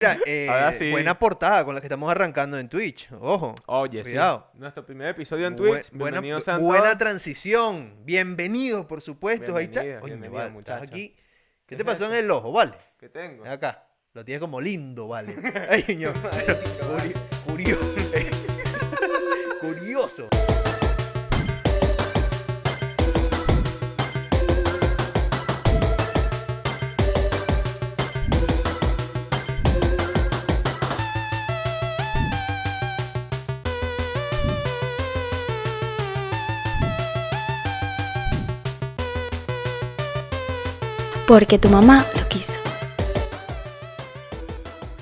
Mucha, eh, Ahora sí. buena portada con la que estamos arrancando en Twitch. Ojo. Oye, sí. Cuidado. Nuestro primer episodio en Bu- Twitch. buena, Bienvenidos sean buena todos. transición. Bienvenidos, por supuesto. Ahí está. Bienvenidos, Oye, me bienvenidos, vale, estás muchachos. aquí. ¿Qué ¿Qué te es pasó en esto? el ojo? Vale. ¿Qué tengo? Ven acá. Lo tienes como lindo, vale. Ay, señor. Curio- curio- Curioso. Porque tu mamá lo quiso.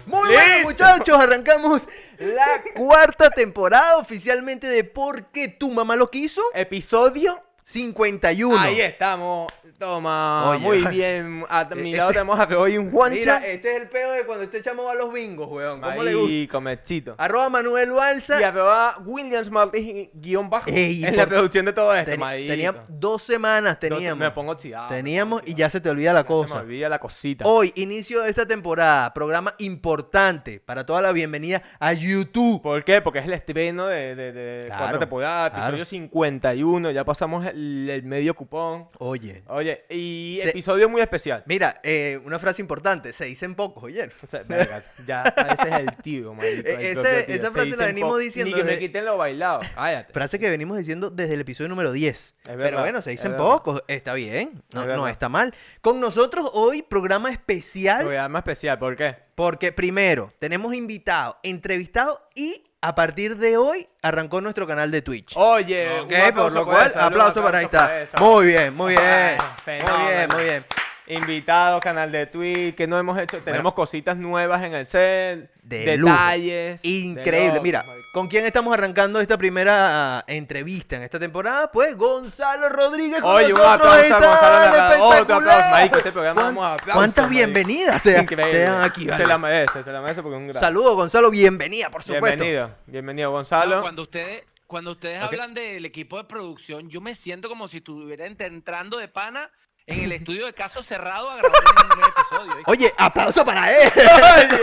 Muy bueno, Listo. muchachos, arrancamos la cuarta temporada oficialmente de ¿Por qué tu mamá lo quiso? Episodio. 51. Ahí estamos. Toma. Oye, Muy vale. bien. A Eh, mi lado este- tenemos a hoy un Juancho. Mira, este es el peo de cuando este chamo va a los bingos, weón. ¿Cómo le gusta? eh, Ahí, comechito. Arroba Manuel Y Balsa. arroba Williams Martí guión bajo. Ey, en la por- producción de todo esto, Teni- marico. teníamos dos semanas, Entonces, teníamos. Me pongo Ah, oxidado. Teníamos y ya Oh. se te olvida la cosa. Se me olvida la cosita. Hoy, inicio de esta temporada, programa importante para toda la bienvenida a YouTube. ¿Por qué? Porque es el estreno de, de, de Claro, cuarta temporada, episodio claro. 51, ya pasamos el, el medio cupón. Oye, Oye, y Se- episodio muy especial. mira, eh, una frase importante, se dicen pocos, oye. O sea, verga, ya, ese es el tío, marico, el E- ese- propio tío. esa Se frase la dicen venimos po- diciendo Ni que me desde- quiten lo bailado, cállate. Frase que venimos diciendo desde el episodio número 10. Pero verdad, bueno, se es dicen verdad. pocos, está bien, no, Es no verdad. está mal. Con nosotros hoy, programa especial, Programa especial, ¿por qué? porque primero, tenemos invitado, entrevistado y a partir de hoy arrancó nuestro canal de Twitch. Oye, Ok, un aplauso por lo por cual, eso, dale un aplauso para ahí aplauso para está. eso. Muy bien, muy bien. Bueno, Muy bien, fenómeno. muy bien. invitados, canal de Twitch, que no hemos hecho, tenemos cositas nuevas en el set, De detalles. de Increíble. locos, Mira, marico. ¿con quién estamos arrancando esta primera ah, entrevista en esta temporada? Pues Gonzalo Rodríguez. Con Oye, un nosotros, aplauso ahí a está, Gonzalo el Larraín. Otro espectacular. aplauso, marico, este programa ¿Cuán- vamos a aplausos, ¿Cuántas marico. bienvenidas sean, Increíble. sean aquí? Se vale. la merece, se la merece porque es un gran. Saludos, Gonzalo. Bienvenida, por supuesto. Bienvenido, bienvenido, No, Gonzalo. cuando ustedes, cuando ustedes Ok. hablan del equipo de producción, yo me siento como si estuviera ent- entrando de pana en el estudio de caso cerrado a grabar un primer episodio. ¿viste? Oye, aplauso para él.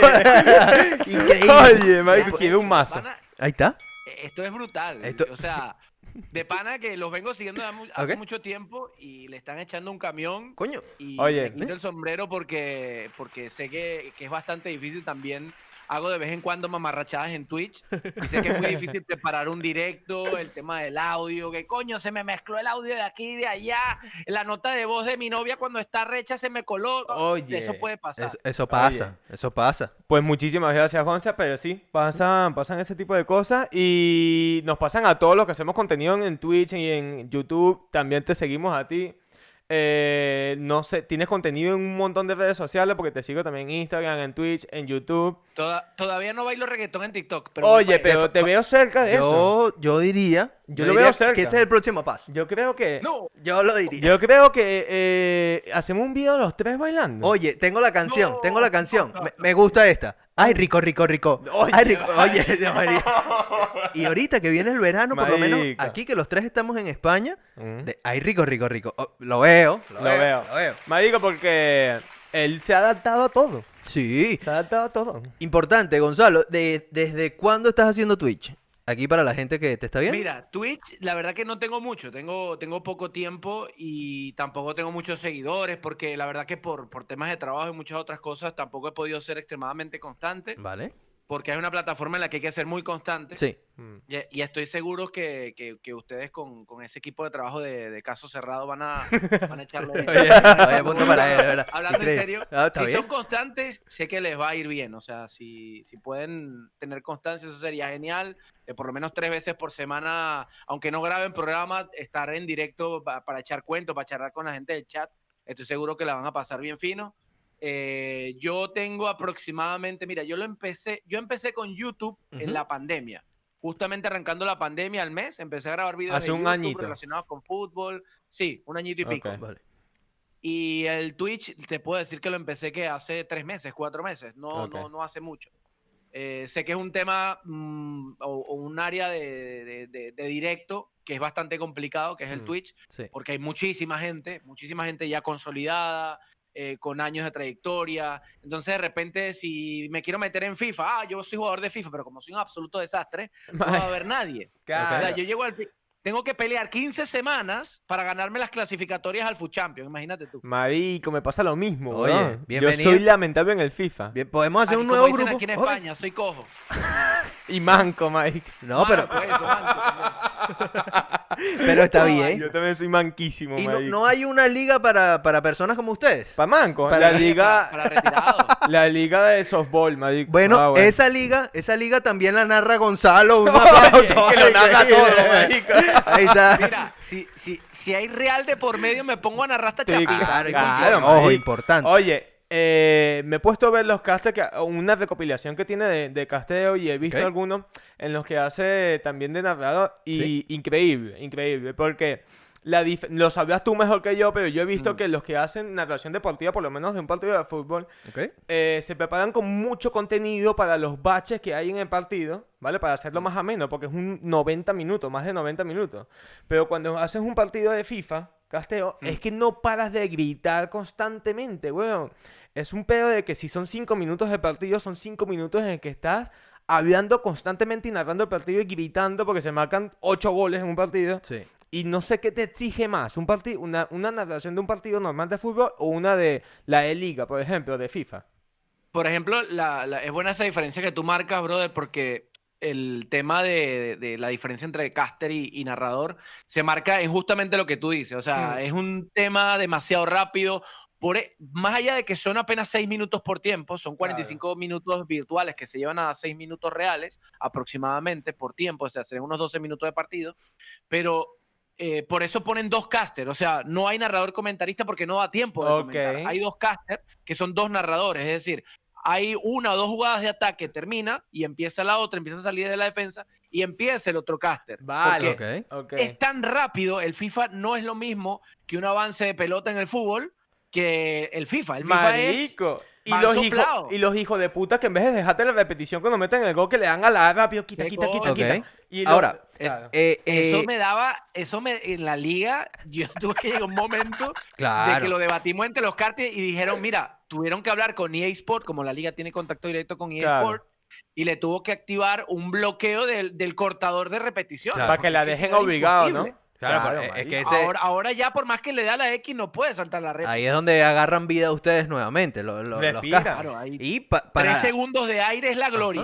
Increíble. Oye, marico, Mejor quiero un dicho, de mazo. pana, Ahí está. eh, esto es brutal. Esto- O sea, de pana que los vengo siguiendo de hace mu- hace Ok. mucho tiempo y le están echando un camión Coño. y Oye. me quito el sombrero porque, porque sé que, que es bastante difícil también. Hago de vez en cuando mamarrachadas en Twitch y sé que es muy difícil preparar un directo, el tema del audio, que coño, se me mezcló el audio de aquí y de allá, la nota de voz de mi novia cuando está recha se me coló. Oye, eso puede pasar. Eso, eso pasa, eso pasa. Pues muchísimas gracias, Gonza, pero sí, pasan, pasan ese tipo de cosas y nos pasan a todos los que hacemos contenido en- en Twitch y en YouTube. También te seguimos a ti. Eh, no sé, tienes contenido en un montón de redes sociales porque te sigo también en Instagram, en Twitch, en YouTube. Toda- todavía no bailo reggaetón en TikTok. Pero voy Oye, pa' allá. pero te veo cerca de eso. Yo, yo diría, Yo lo diría veo cerca. que ese es el próximo paso. Yo creo que. No, Yo lo diría. Yo creo que eh, hacemos un video los tres bailando. Oye, tengo la canción, No, tengo la canción. Me, me gusta esta. Ay, rico, rico, rico. Oye, Ay, rico. Oye, no, marico. Y ahorita que viene el verano, por lo menos Marica. aquí que los tres estamos en España. Mm. de- ay, rico, rico, rico. Oh, lo veo. Lo, Lo veo, veo. Lo veo. Marico, porque él se ha adaptado a todo. Sí. Se ha adaptado a todo. Importante, Gonzalo. de- ¿Desde cuándo estás haciendo Twitch? Aquí para la gente que te está viendo. Mira, Twitch, la verdad que no tengo mucho, tengo, tengo poco tiempo y tampoco tengo muchos seguidores porque la verdad que por, por temas de trabajo y muchas otras cosas tampoco he podido ser extremadamente constante Vale. porque es una plataforma en la que hay que ser muy constante Mm. Sí. Mm. y, y estoy seguro que, que- que ustedes con, con ese equipo de trabajo de, de caso cerrado van a, van a echarle... van a Oye, echarle oye, punto bola. para él, de verdad. Hablando en Increíble. serio, Ah, está si bien. son constantes, sé que les va a ir bien. O sea, si, si pueden tener constancia, eso sería genial. Eh, por lo menos tres veces por semana, aunque no graben programa, estar en directo pa- para echar cuentos, para charlar con la gente del chat. Estoy seguro que la van a pasar bien fino. Eh, yo tengo aproximadamente, mira, yo lo empecé, yo empecé con YouTube Ujú. en la pandemia. Justamente arrancando la pandemia al mes, empecé a grabar videos Hace de un YouTube añito. relacionados con fútbol. Sí, un añito y pico. Ok. Vale. Y el Twitch, te puedo decir que lo empecé que hace tres meses, cuatro meses, no, Ok. no, no hace mucho. Eh, sé que es un tema mm, o, o un área de, de- de- de directo que es bastante complicado, que es el Mm. Twitch, Sí. porque hay muchísima gente, muchísima gente ya consolidada, eh, con años de trayectoria. Entonces, de repente, si me quiero meter en FIFA, ah, yo soy jugador de FIFA, pero como soy un absoluto desastre, no va a haber nadie. O sea, Claro. yo llego al. fi- Tengo que pelear 15 semanas para ganarme las clasificatorias al FUT Champions, imagínate tú. Marico, me pasa lo mismo, Oye, weón. bienvenido. Yo soy lamentable en el FIFA. Bien, podemos hacer Así un como nuevo dicen grupo. aquí en Oye, España, soy cojo. Y manco, Mike. No, pero, Manco, eso, pues, manco también. pues. pero está bien. Yo también soy manquísimo, Y no, marico. no hay una liga para, para personas como ustedes. Pa' manco. ¿eh? Para- La liga, Para retirados. la liga de softball, marico. Bueno, Ah, esa liga, esa liga también la narra Gonzalo. Un Oye, aplauso. que lo narra todo, marico. Ahí está. Mira, si, si, si hay real de por medio, me pongo a narrar esta Sí, chapita. claro, Ay, claro, coño. Ojo, marico. importante. Oye, eh, me he puesto a ver los castes, que, una recopilación que tiene de, de casteo y he visto Ok. algunos en los que hace también de narrador y Sí. increíble, increíble, porque la dif- lo sabrás tú mejor que yo, pero yo he visto Mm. que los que hacen narración deportiva, por lo menos de un partido de fútbol, Ok. eh, se preparan con mucho contenido para los baches que hay en el partido, ¿vale? Para Mm. hacerlo más ameno, porque es un 90 minutos, más de 90 minutos. Pero cuando haces un partido de FIFA, casteo, Mm. es que no paras de gritar constantemente, weón. Es un pedo de que si son 5 minutos de partido, son 5 minutos en el que estás hablando constantemente y narrando el partido y gritando porque se marcan 8 goles en un partido. Sí. Y no sé qué te exige más, un partido, una, una narración de un partido normal de fútbol o una de la de liga, por ejemplo, de FIFA. Por ejemplo, la, la- es buena esa diferencia que tú marcas, brother, porque el tema de, de- de la diferencia entre caster y, y narrador se marca en justamente lo que tú dices. O sea, Mm. es un tema demasiado rápido. Por, e- más allá de que son apenas seis minutos por tiempo, son 45 minutos virtuales que se llevan a seis minutos reales aproximadamente por tiempo, o sea, serían unos 12 minutos de partido, pero eh, por eso ponen dos casters, o sea, no hay narrador comentarista porque no da tiempo de Ok. comentar. Hay dos casters que son dos narradores, es decir, hay una o dos jugadas de ataque, termina y empieza la otra, empieza a salir de la defensa y empieza el otro caster. Vale. Porque Ok. Ok. es tan rápido, el FIFA no es lo mismo que un avance de pelota en el fútbol que el FIFA. El FIFA es... Marico. Y pan los, hijos, soplado. y los hijos de puta que en vez de dejarte la repetición cuando meten el gol que le dan a la rápido, quita, Qué quita, gol. quita, quita. Ok. Y lo- Ahora, claro. Eh, eh, Eso me daba, eso me, en la liga, yo tuve que llegar un momento de claro. que lo debatimos entre los cartes y dijeron, mira, tuvieron que hablar con EA Sport, como la liga tiene contacto directo con EA Claro. Sport, y le tuvo que activar un bloqueo del, del cortador de repetición. Claro. para que la dejen obligado, ¿no? Claro, Claro, pero es- es que marico. ese- Ahora, ahora ya, por más que le da la X, no puede saltar la red. Ahí es donde agarran vida ustedes nuevamente. lo- lo- los Respira. cascos. Claro, ahí. Y pa- para, Tres segundos de aire es la gloria.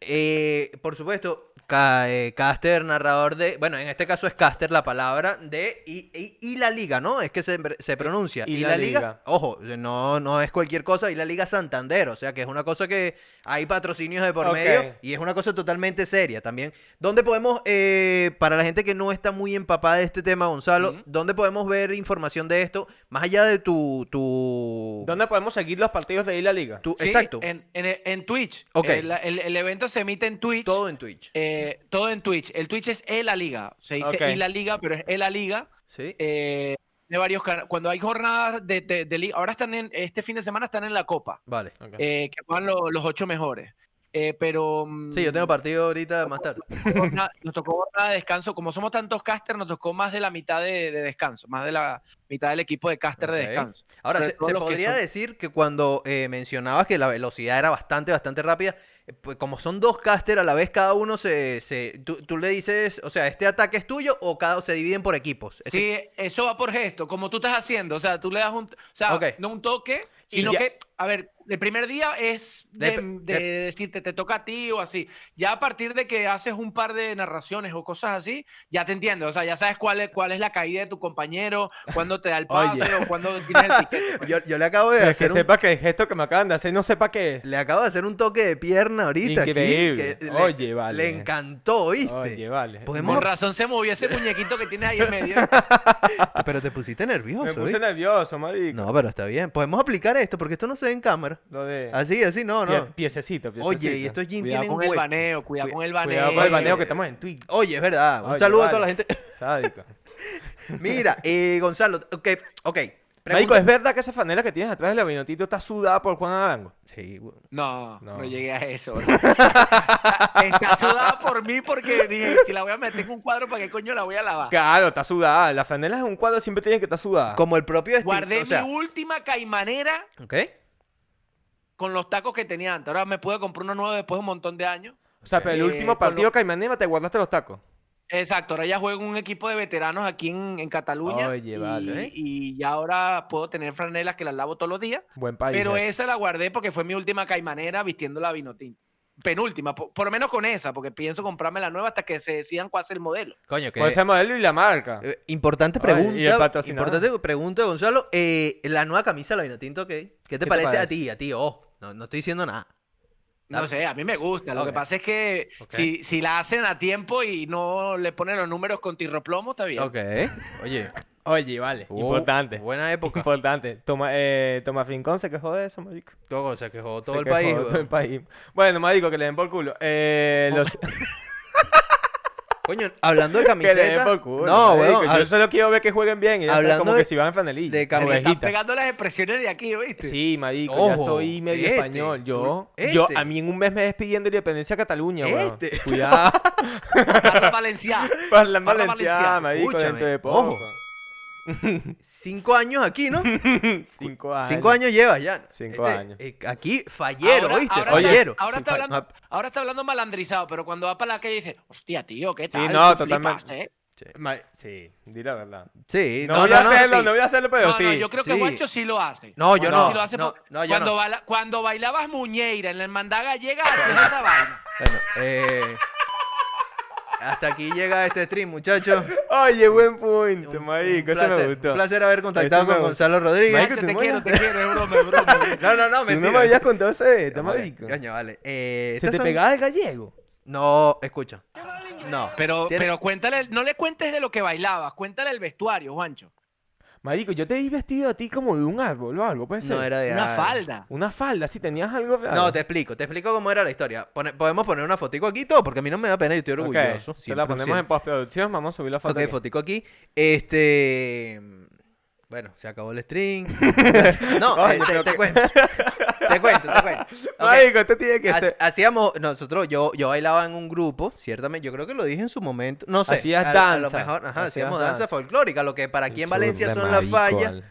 eh, por supuesto, ca- eh, caster, narrador de. Bueno, en este caso es caster la palabra de. Y, y- y la liga, ¿no? Es que se, se pronuncia. Y Y, la la, liga, liga. Ojo, no, no es cualquier cosa. Y la liga Santander. O sea que es una cosa que hay patrocinios de por Ok. medio. Y es una cosa totalmente seria también. ¿Dónde podemos, eh, para la gente que no está muy empapada de este tema, Gonzalo, Ujú. ¿dónde podemos ver información de esto? Más allá de tu. tu... ¿Dónde podemos seguir los partidos de ahí la liga? tu- Sí, Exacto. En, en- en Twitch. Ok. Eh, la- El, el evento se emite en Twitch. Todo en Twitch. eh, todo en Twitch. El Twitch es E la Liga. Se dice Ok. E la Liga, pero es E la Liga. Sí. eh, de varios cana- Cuando hay jornadas de, de, de liga, ahora están en, este fin de semana están en la Copa, Vale. Ok. eh, que juegan lo- los ocho mejores. Eh, pero Sí, yo tengo mm, partido ahorita más tarde. jornada- nos tocó jornada de descanso. Como somos tantos casters, nos tocó más de la mitad de, de descanso, más de la mitad del equipo de caster Ok. de descanso. Ahora, Sobre se, todo se los que podría son- decir que cuando eh, mencionabas que la velocidad era bastante, bastante rápida, eh, pues como son dos caster a la vez, cada uno se... se tú, tú le dices, o sea, este ataque es tuyo o cada se dividen por equipos. Este- Sí, eso va por gesto, como tú estás haciendo. O sea, tú le das un, o sea, Ok. no un toque, Sí, sino ya- que, a ver, el primer día es de, Dep- de decirte te toca a ti o así. Ya a partir de que haces un par de narraciones o cosas así, ya te entiendo. O sea, ya sabes cuál es, cuál es la caída de tu compañero, cuándo te da el Oye. pase o cuándo tienes el piquete. pues. yo, yo le acabo de Pero que hacer... un- sepa que el gesto que me acaban de hacer no sepa qué es. Le acabo de hacer un toque de pierna ahorita. aquí, Increíble. que le- Oye, vale. Le encantó, ¿viste? Oye, vale. Podemos- Con razón se movió ese muñequito que tienes ahí en medio. Ah, Pero te pusiste nervioso. Me puse ¿viste? nervioso, marico. No, pero está bien. Podemos aplicar esto porque esto no se ve en cámara. Lo de... Así, así, Ah, no, Pie- no. Piececito, piececito. Oye, y estos jeans Cuidado tienen con el hueco. baneo, cuidado Cuida- con el Cuidado baneo. con el baneo baneo. que estamos en Twitch. Oye, es verdad. Un Oye, saludo a toda la vale. gente. Sádico. Mira, eh, Gonzalo, ok, ok. Marico, Pregunta- ¿es verdad que esa fanela que tienes atrás del Avinotito está sudada por Juan Arango? Sí, güey. No, no, No. llegué a eso. bro. Está sudada por mí porque dije, si la voy a meter en un cuadro, ¿para qué coño la voy a Ah. lavar? Claro, está sudada. La fanela es un cuadro, siempre tiene que estar sudada. Como el propio Steve, Guardé o sea, mi última caimanera ¿ok? con los tacos que tenía antes. Ahora me pude comprar uno nuevo después de un montón de años. O sea, pero el Eh, último con lo- partido Caimanema te guardaste los tacos. Exacto, ahora ya juego en un equipo de veteranos aquí en, en Cataluña. Oye, y, vale. ¿eh? y ya ahora puedo tener franelas que las lavo todos los días. Buen país. pero ese. esa la guardé porque fue mi última caimanera vistiendo la vinotín. Penúltima, po- por, lo menos con esa, porque pienso comprarme la nueva hasta que se decidan cuál es el modelo. Coño, que... Con ese modelo y la marca. eh, importante ah. Ay, y el pregunta, patrocinador. importante pregunta, Gonzalo. Eh, la nueva camisa de la Vinotinto, ok. ¿Qué te, te parece, a parece? ti? A ti, oh, no, no estoy diciendo nada. No Dale. sé, a mí me gusta. Lo Ok. que pasa es que Ok. si, si la hacen a tiempo y no le ponen los números con tirroplomo, está bien. Ok, oye, Oye, vale. hubo importante. Buena época. Importante. Toma, eh, Tomás Rincón se quejó de eso, marico. Todo, se quejó todo Se el quejó país. de Todo weón. el país. Bueno, marico, que le den por culo. Eh, los- Coño, hablando de que le den camisetas. por culo. no, marico, weón, Yo hab- solo quiero ver que jueguen bien. Y ya está, Hablando como de- que si van en franelilla. Pues, de Se me están Ovejita. pegando las expresiones de aquí, ¿viste? Sí, marico, ya Ojo, estoy medio este, español. Yo, tú- yo, este. a mí en un mes me despidiendo de la independencia de Cataluña, weón. Este. Cuidado. Carlos Valenciá. Parla en Parla valenciano, valenciano. marico, Escúchame, dentro de ojo. poco. Cinco años aquí, ¿no? Cinco años. Cinco años llevas ya. Cinco años. eh, aquí, fallero, Ahora- ¿viste? ahora está- fallero. ahora está Sin fa- hablando- Ahora está hablando malandrizado, pero cuando va para la calle dice, hostia, tío, ¿qué Sí, tal? no, Tú totalmente. flipas, ¿eh?". Ma- Sí, di la verdad. Sí, Ah, No, voy a hacerlo, sí. no voy a hacerlo, pero No, sí. no, yo creo que sí. Guacho sí lo hace. No, yo Guacho no, sí lo hace no, por- no, yo cuando, no. baila- cuando bailabas Muñeira en la hermandad gallega, hacías esa vaina. Bueno, eh, hasta aquí llega este stream, muchachos. Oye, buen punto, Un- Este marico, un eso me placer, gustó. un placer haber contactado Ese me con gustó. Gonzalo Rodríguez. Marico, Guacho, te te voy a- quiero, te quiero, es broma, es broma. No, no, no, Tú mentira. no me habías contado ese, está No, vale, marico. Coño, vale. Eh, ¿Se estas te son- pegaba el gallego? No, escucha. No. Pero, Tiene- pero cuéntale, no le cuentes de lo que bailabas, cuéntale el vestuario, Juancho. Marico, yo te vi vestido a ti como de un árbol o algo, puede ser. No era de Una al- falda. Una falda, si tenías algo raro. No, te explico, te explico cómo era la historia. Pone- podemos poner una fotico aquí y todo, porque a mí no me da pena, yo estoy Ok, orgulloso. te la ponemos en postproducción, vamos a subir la foto. Ok, aquí. fotico aquí. Este. Bueno, se acabó el stream. no, Oye, eh, te, pero te que- cuento. Te cuento, te cuento. Ok. Marico, esto tiene que Ha- ser... Hacíamos, nosotros, yo, yo bailaba en un grupo, ciertamente, yo creo que lo dije en su momento, no sé. Hacías a- a lo danza, mejor, ajá, hacías hacíamos danza, danza. folclórica, lo que para aquí en Valencia son las fallas.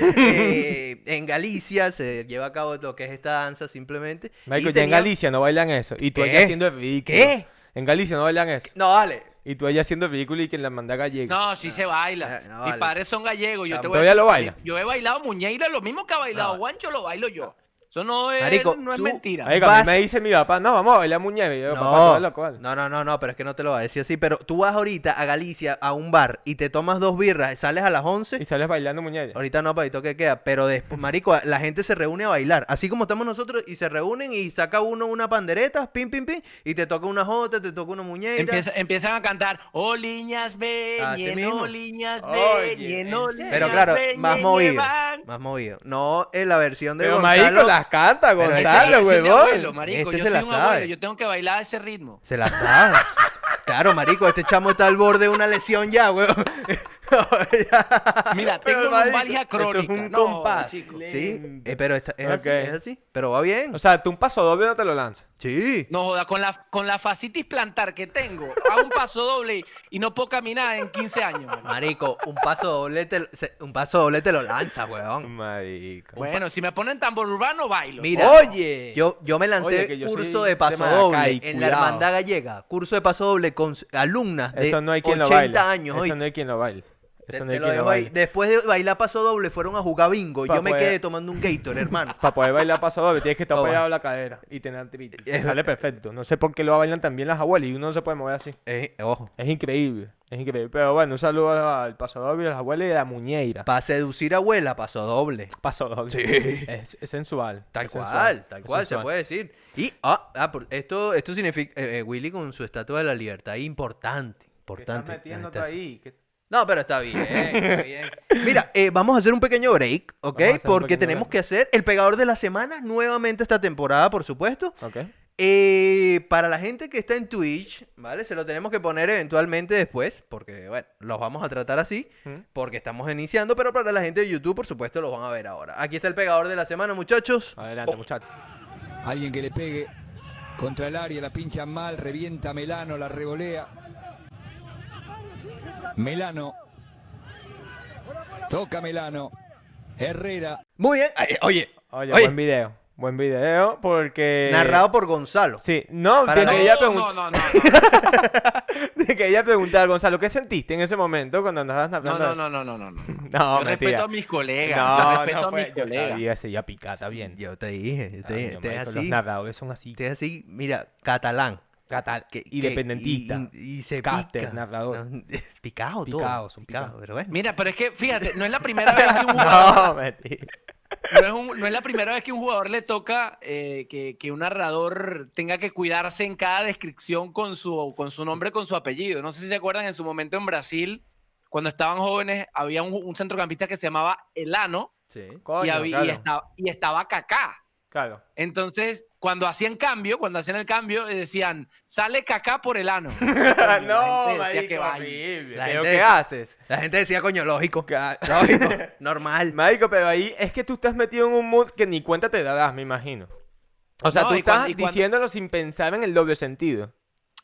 eh, en Galicia se lleva a cabo lo que es esta danza simplemente. Marico, y ya en tenía- Galicia no bailan eso. Y tú ¿Qué? allá haciendo el ridículo. ¿Qué? En Galicia no bailan eso. No, vale. Y tú allá haciendo el ridículo y que la manda gallega. No, sí se baila. Ah, no, Mis vale. padres son gallegos. Yo te voy a ¿Todavía lo decir, baila? Yo he bailado Muñeira, lo mismo que ha bailado No. Guancho, lo bailo yo. Eso no es, Marico, no es tú- mentira. Marico, a mí vas- me dice mi papá, no, vamos a bailar muñeca. Y yo, papá, tú No, eres loco, vale. no, no, no, no, pero es que no te lo va a decir así. Pero tú vas ahorita a Galicia a un bar y te tomas dos birras, sales a las 11. Y sales bailando muñeca. Ahorita no, papito, que queda. Pero después, marico, la gente se reúne a bailar. Así como estamos nosotros y se reúnen y saca uno una pandereta, pim, pim, pim, y te toca una jota, te toca una muñeira. Empieza- empiezan a cantar "Oh, Oliñas Así veñen, mismo. Oliñas Oye, veñen, ¿en Oliñas serio? Pero claro, veñen, más movido. llevan". Más movido. No en la versión de Pero Gonzalo. marico, las canta Pero este- Gonzalo, Yo soy un abuelo, huevón. marico, Este yo se la soy un abuelo, sabe. yo tengo que bailar a ese ritmo. Se la sabe. claro, marico, este chamo está al borde de una lesión ya, weón. Mira, Ah, Pero, tengo marico, lumbalgia eso es un crónica. no, compás. chico. sí, eh, pero esta- es, así, Ok. es así. Pero va bien. O sea, tú un paso doble no te lo lanzas. Sí. No joda, con la, con la facitis plantar que tengo, hago un paso doble y no puedo caminar en 15 años. marico. Marico, un paso doble te, lo- se- un paso doble te lo lanza, weón. Marico. Bueno, si me ponen tambor urbano, bailo. Mira, Oye. Yo, yo me lancé Oye, que yo curso soy de paso de Maracay, doble en la cuidado. hermandad gallega. Curso de paso doble con s- alumnas de Eso no hay quien 80 lo baila. años. Eso oíste. no hay quien lo baile. Te- Eso no te hay lo quien lo dejo ahí. baile. Después de bailar paso doble fueron a jugar bingo. y Pa' yo me poder- quedé tomando un Gator, hermano. Para poder bailar paso doble tienes que estar No, va. apoyado a la cadera y tener artritis. Te Es- Sale perfecto. No sé por qué lo bailan también las abuelas y uno no se puede mover así. Eh, ojo. Es increíble, es increíble. Pero bueno, un saludo al paso doble, a las abuelas y a la muñeira. Para seducir abuela, paso doble. paso doble. Sí. Es, es sensual. Tal es sensual, cual, tal es cual, se sensual. puede decir. Y ah, ah, por- esto, esto significa eh, eh, Willy con su estatua de la libertad, importante, ¿Qué estás importante. este la metiéndote neta, sí. ahí? ¿Qué- No, pero está bien, está bien. Mira, eh, vamos a hacer un pequeño break, ¿ok? Vamos a hacer un Porque pequeño tenemos break. que hacer el pegador de la semana nuevamente esta temporada, por supuesto. Ok. Eh, para la gente que está en Twitch, ¿vale? Se lo tenemos que poner eventualmente después, porque, bueno, los vamos a tratar así, Ujú. porque estamos iniciando, pero para la gente de YouTube, por supuesto, los van a ver ahora. Aquí está el pegador de la semana, muchachos. Adelante, Oh. muchachos. Alguien que le pegue contra el área, la pincha mal, revienta Melano, la revolea. Melano. Toca Melano. Herrera. Muy bien. Ay, oye, Oye, Oye. buen video. Buen video porque... narrado por Gonzalo. Eh, Sí, no, Para de la- que, ella No, no, pregun- no, no, no, de que ella preguntaba, Gonzalo, ¿qué sentiste en ese momento cuando andabas no, hablando? no, no, no, no, no, no. No, Yo respeto mentira. a mis colegas. No, yo respeto no a fue- mis yo colegas. sabía, ese ya picata bien. Yo te dije, yo te, Ay, dije, no, te es marico, Los así, narradores son así. te es así, mira, catalán. Catal, que- que- independentista. Y, y- y se Cáster, pica. narrador. No, Picado, todo. Picado, son picados. pero bueno. Mira, pero es que, fíjate, no es la primera vez que un jugador No, mentira. no es, un- no es la primera vez que un jugador le toca eh, que, que un narrador tenga que cuidarse en cada descripción con su, con su nombre, con su apellido. No sé si se acuerdan, en su momento en Brasil, cuando estaban jóvenes, había un, un centrocampista que se llamaba Elano Sí. Coño, y, había- y claro, estaba, y estaba Kaká. claro. Entonces, cuando hacían cambio, cuando hacían el cambio, eh, decían, sale Kaká por Elano. no, no, marico, horrible. La Pero, gente ¿qué es- haces? La gente decía, coño, lógico. Ca- Lógico, normal. Marico, pero ahí es que tú estás metido en un mood que ni cuenta te darás, me imagino. O sea, No, tú y cuan- estás y cuando- diciéndolo sin pensar en el doble sentido.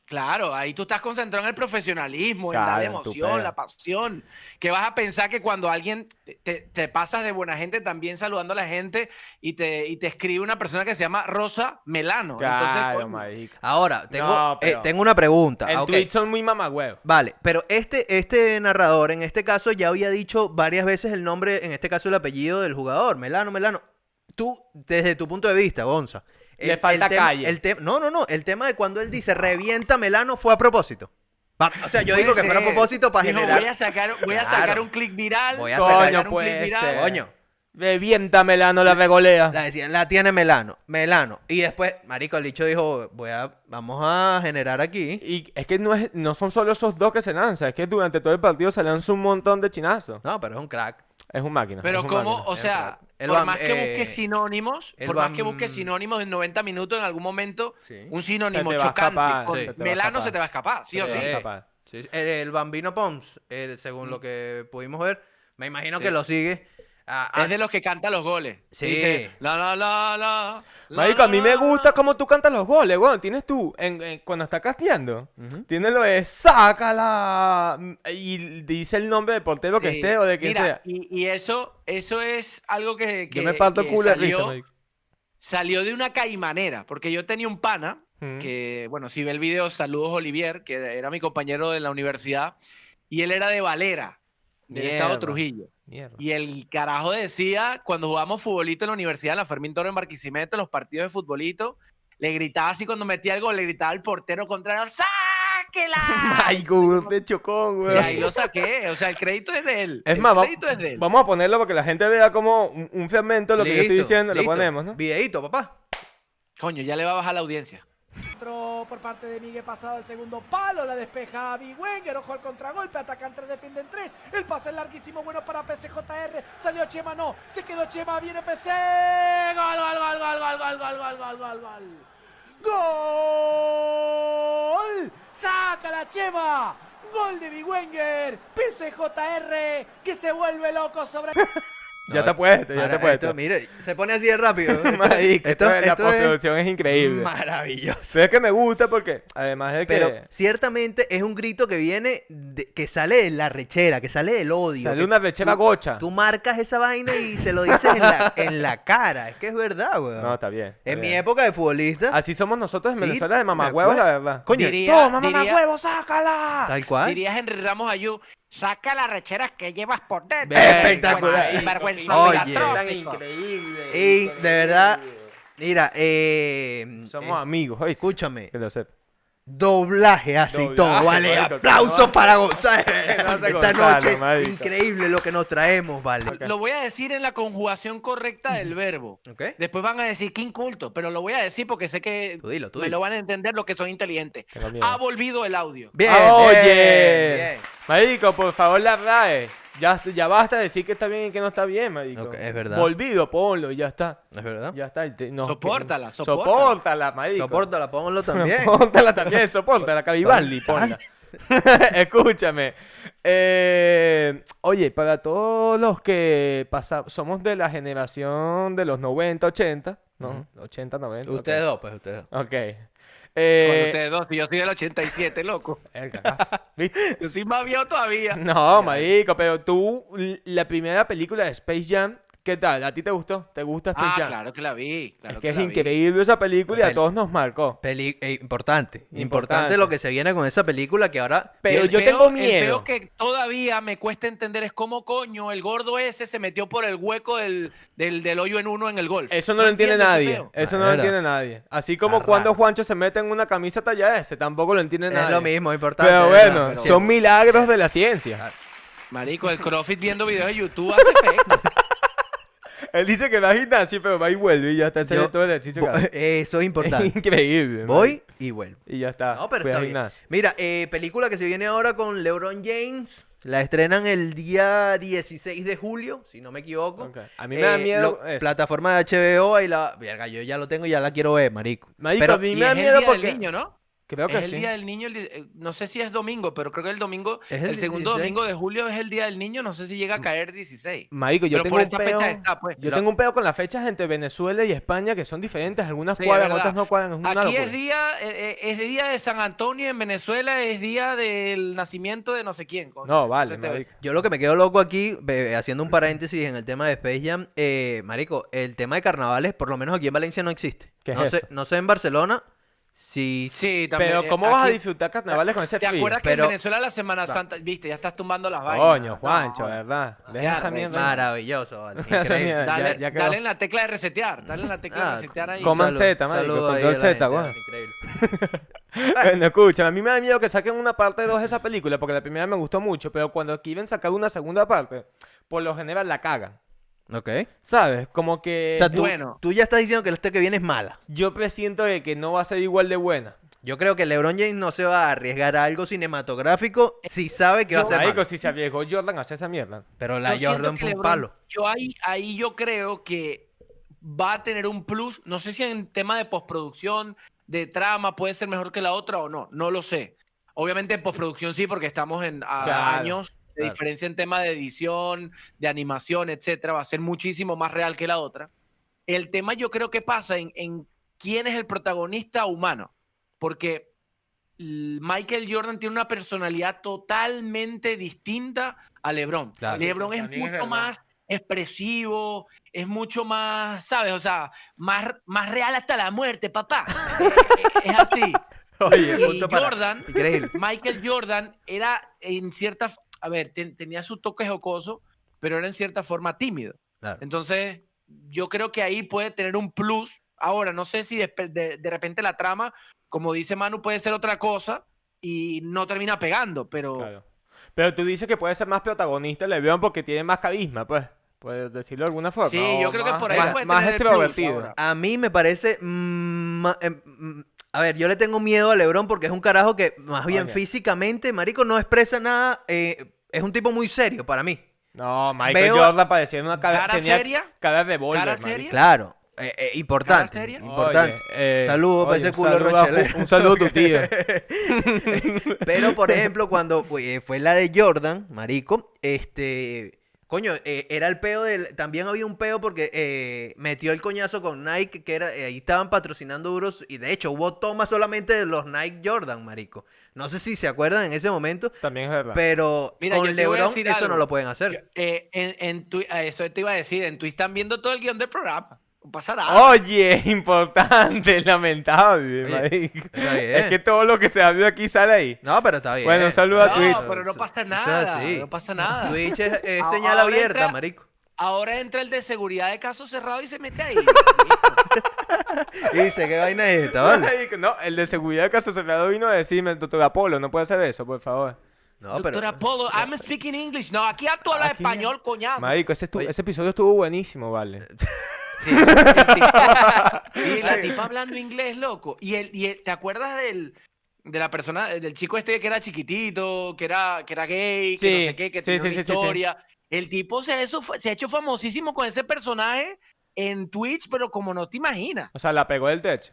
Claro, ahí tú estás concentrado en el profesionalismo, en Claro, la en tu emoción, peo. la pasión. Que vas a pensar que cuando alguien te- te, te pasas de buena gente también saludando a la gente y te, y te escribe una persona que se llama Rosa Melano. Claro, Entonces, coño, marico. Ahora, tengo, No, eh, pero- tengo una pregunta. En Ah, ok. Twitch son muy mamagüeos. Vale, pero este, este narrador, en este caso, ya había dicho varias veces el nombre, en este caso el apellido del jugador, Melano, Melano. Tú, desde tu punto de vista, Gonza. Le falta tem- calle. el tem- no, no, no. El tema de cuando él dice revienta Melano fue a propósito. Va- o sea, yo puede digo que fue a ser. propósito para Dijo, generar. Voy a sacar, voy a Claro. sacar un clic viral. Voy a voy a sacar- sacar Coño, puede ser. Coño. Revienta Melano la regolea. La decían, la tiene Melano, Melano. Y después, Marico, el dicho dijo, voy a, vamos a generar aquí. Y es que no, es, no son solo esos dos que se lanzan, es que durante todo el partido se lanza un montón de chinazos. No, pero es un crack. Es un máquina. es Pero un como, máquina. o sea, El por Bam- más que eh, busques sinónimos, el por más que Bam- busques sinónimos en 90 minutos, en algún momento, Sí. un sinónimo Se te va a chocante escapar, con sí. se te va a Melano escapar. se te va a escapar, sí o Se te sí. va a Sí. escapapá. Sí, sí. El, el Bambino Pons, el- según lo que pudimos ver, me imagino que Mm. Sí. lo sigue. Ah, ah, Es de los que canta los goles. Sí. Dice, la, la, la, la, la, Marico, a mí me la, la". gusta cómo tú cantas los goles, weón. Tienes tú, en, en- cuando está casteando, Ujú. tienes lo de sácala mm, y dice el nombre del portero que Sí. esté o de quien Mira, sea. Y, y eso, eso es algo que, que- Yo me parto que culo de risa, salió, marico. salió de una caimanera, porque yo tenía un pana Ujú. que, bueno, si ve el video, saludos Olivier, que era mi compañero de la universidad, y él era de Valera, del estado Mierda. Trujillo. Mierda. Y el carajo decía, cuando jugábamos futbolito en la universidad, en la Fermín Toro en Barquisimeto, en los partidos de futbolito, le gritaba así cuando metía el gol, le gritaba al portero contrario, ¡sáquela! Ay, güey, de chocón, y weón. ahí lo saqué, o sea, el crédito es de él. Es el más, va- crédito es de él. vamos a ponerlo para que la gente vea como un, un fragmento de lo que yo estoy Listo, diciendo, listo. lo ponemos, ¿no? Videíto, papá. Coño, ya le va a bajar la audiencia. Centro por parte de Miguel Pasado el segundo palo, la despeja Abby Wenger, ojo al contragolpe, atacan tres, defienden tres, el pase es larguísimo, bueno para PCJR, salió Chema, no, se quedó Chema, viene PC, gol, gol, gol, gol, gol, gol, gol, gol, gol, gol, gol, gol, saca la Chema, gol de Abby Wenger, PCJR, que se vuelve loco sobre... Ya te puesto, ya Ahora, te puesto. esto, Mire, se pone así de rápido. Marico, Esto- la esto es postproducción es, increíble. maravilloso. Pero es que me gusta porque, además de que Pero ciertamente es un grito que viene, de- que sale de la rechera, que sale del odio. sale que una rechera tú- gocha. Tú marcas esa vaina y se lo dices en la, en la cara. Es que es verdad, weón. No, está bien. está en mi bien. época de futbolista, Así somos nosotros en Sí, Venezuela de me mamagüevos, la acuerdo. verdad. Coño, Diría- ¡Toma, diría- mamagüevo, sácala! tal cual. Diría Henry Ramos Ayú, saca las recheras que llevas por dentro. Venga, Espectacular. marico, Sinvergüenza qué Oye. tan filantrópico. increíble, Y de verdad, increíble. mira, eh, Somos eh, amigos, oye. escúchame, Que lo sepa. doblaje así Doblaje, todo, vale, marico, aplausos claro. para González hace esta Gonzalo, noche, marico. increíble lo que nos traemos, vale. Ok. Lo voy a decir en la conjugación correcta del verbo. ¿Ok? Ah, Después van a decir que inculto, pero lo voy a decir porque sé que Tú dilo, tú me dilo. lo van a entender los que son inteligentes. Tengo miedo. Ha volvido el audio. Bien, Ah, bien, oye. bien. Marico, por favor, la RAE. Ya, ya basta de decir que está bien y que no está bien, marico. Ok, es verdad. Volvido, ponlo, y ya está. ¿Es verdad? Ya está. y te- no, Sopórtala, que- sopórtala. Sopórtala, marico. Sopórtala, ponlo también. Póntala también, soporta la Cavibaldi, ponla. Escúchame. eh, oye, para todos los que pasa, somos de la generación de los 90, 80, ¿no? Ujú. 80, 90. ok. Ustedes dos, pues ustedes dos. Ok. Con Eh, ustedes dos, y yo soy del 87, loco. el cacá, ¿viste? Yo soy más viejo todavía. No, marico, pero tú, l- la primera película de Space Jam, ¿qué tal? ¿A ti te gustó? ¿Te gusta Space Ah, Jam? claro que la vi. Claro es que es la vi. increíble esa película y a Pel- todos nos marcó. Peli- eh, importante, importante. Importante. lo que se viene con esa película que ahora. Y Pero el yo peo- tengo El miedo. peo que todavía me cuesta entender es cómo coño el gordo ese se metió por el hueco del, del, del hoyo en uno en el golf. Eso no, lo entiende entiendo ese nadie. peo. Eso Ah, no lo es verdad. entiende nadie. Así como Está cuando raro. Juancho se mete en una camisa talla S, tampoco lo entiende Es nadie. lo mismo, es importante. Pero es bueno, verdad, pero- son milagros de la ciencia. Marico, el CrossFit viendo videos de YouTube hace efecto. Él dice que va a gimnasio, pero va y vuelve y ya está haciendo Yo- todo el ejercicio. que Bo- hace. Eso es Es importante. increíble. Voy marico. y vuelvo. y ya está. No, pero Ah, Fui está al bien. gimnasio. Mira, eh, película que se viene ahora con LeBron James. La estrenan el día 16 de julio, si no me equivoco. Eh, Ok. A mí me da miedo eso. plataforma de HBO y la. Verga, yo ya lo tengo y ya la quiero ver, marico. Marico, a mí Y me es da el miedo día porque. del niño, ¿no? Creo que es el sí. día del niño, el di- eh, no sé si es domingo, pero creo que el domingo, Es el el, segundo 16. domingo de julio es el día del niño, no sé si llega a caer 16. Marico, Mm. yo pero tengo por un esa fecha peo- está, pues. Yo Lo- tengo un pedo con las fechas entre Venezuela y España que son diferentes. Algunas Sí, es cuadran, verdad. otras no cuadran. Es una Aquí es locura. día, eh, eh, es día de San Antonio en Venezuela, es día del nacimiento de no sé quién. coño. No, vale, Entonces te- marico. Yo lo que me quedo loco aquí, be- haciendo un paréntesis en el tema de Space Jam, eh, marico, el tema de carnavales, por lo menos aquí en Valencia no existe. ¿Qué es no, sé, eso? no sé en Barcelona si... Sí, también. Pero, eh, ¿cómo vas a aquí- disfrutar carnavales con ese ¿Te frío? acuerdas que pero- en Venezuela la Semana Santa, viste, ya estás tumbando las vainas? Coño, No, Juancho, joder. ¿verdad? qué Deja esa arrecho. mierda. Maravilloso, vale, Esa increíble. mierda, ya- Dale, ya quedó. dale en la tecla de resetear, dale en la tecla Ah, de resetear ahí. Coman salud, Z, marico, saludo ahí a control la Z, gente, weón. vale, increíble. Bueno, escucha, a mí me da miedo que saquen una parte 2 de esa película, porque la primera me gustó mucho, pero cuando aquí iban a sacar una segunda parte, por lo general la cagan. Ok. ¿Sabes? Como que O sea, tú, bueno. tú ya estás diciendo que este que viene es mala. yo presiento de que no va a ser igual de buena. Yo creo que LeBron James no se va a arriesgar a algo cinematográfico si sabe que va a ser Marico, malo. si se arriesgó Jordan a hacer esa mierda. Pero Yo la siento Jordan que fue un LeBron- palo. Yo ahí, ahí yo creo que va a tener un plus. No sé si en tema de postproducción, de trama, puede ser mejor que la otra o no. No lo sé. Obviamente en postproducción sí, porque estamos en a Claro, años de claro. diferencia en tema de edición, de animación, etcétera. Va a ser muchísimo más real que la otra. El tema yo creo que pasa en, en quién es el protagonista humano. Porque l- Michael Jordan tiene una personalidad totalmente distinta a LeBron. Claro. LeBron es También es mucho verdad. más expresivo, es mucho más, ¿sabes? O sea, más, más real hasta la muerte, papá. es, es así. Oye, Y punto para- Jordan, Increíble. Michael Jordan era en cierta, f- a ver, ten- tenía su toque jocoso, pero era en cierta forma tímido. Claro. Entonces, yo creo que ahí puede tener un plus. Ahora, no sé si despe- de, de repente la trama, como dice Manu, puede ser otra cosa y no termina pegando, pero Claro. Pero tú dices que puede ser más protagonista LeBron porque tiene más carisma, pues. Puedes decirlo de alguna forma. Sí, o yo creo que más- por ahí más- puede más tener el plus extrovertido. ahora. A mí me parece. mm, ma- em, mm, a ver, yo le tengo miedo a LeBron porque es un carajo que, más bien Coño. físicamente, Marico, no expresa nada. eh, es un tipo muy serio para mí. No, Michael Veo- Jordan parecía una cara, ¿Cara tenía seria? Cara de bowler, ¿Cara marico. seria? Claro. eh, eh, importante. seria? Importante. Oye, eh, Saludos para oye, ese un culo saludo a Ju- Rochelle. Un saludo a tu tío. Pero, por ejemplo, cuando eh, fue la de Jordan, Marico, este. Coño, eh, era el peo del. También había un peo porque eh, metió el coñazo con Nike, que era. eh, ahí estaban patrocinando duros. Y de hecho, hubo tomas solamente de los Nike Jordan, Marico. No sé si se acuerdan en ese momento, También es verdad. pero Mira, yo con te voy a LeBron decir eso no algo. lo pueden hacer. Yo- eh, en, en Twi- a eso te iba a decir, en Twitch están viendo todo el guión del programa. No pasa nada. Oh. Oye, importante, lamentable, Oye, marico. está bien. Es que todo lo que se habló aquí sale ahí. No, pero está bien. Bueno, un saludo a no, Twitch. pero no pasa Eso es nada. así. No pasa nada. Twitch es, es A- señal ahora abierta, entra- Marico. Ahora entra el de seguridad de caso cerrado y se mete ahí. Y dice, ¿qué vaina es esta, vale? Marico, No, el de seguridad de Caso Cerrado vino a decirme, doctor Apolo, no puede hacer eso, por favor. No, pero. Doctor Apolo, I'm speaking English. No, aquí tú hablas Aquí- español, coñazo. Marico, ese, estu- Oye. ese episodio estuvo buenísimo, vale. Ah, pues, Sí, sí, sí. y la tipa hablando inglés, loco. Y, el, y el- ¿te acuerdas del de la persona, del chico este que era chiquitito, que era, que era gay, que Sí, no sé qué, que sí, tenía sí, una sí, sí, sí. historia. El tipo se, eso, fue- se ha hecho famosísimo con ese personaje en Twitch, pero como no te imaginas. O sea, la pegó del techo.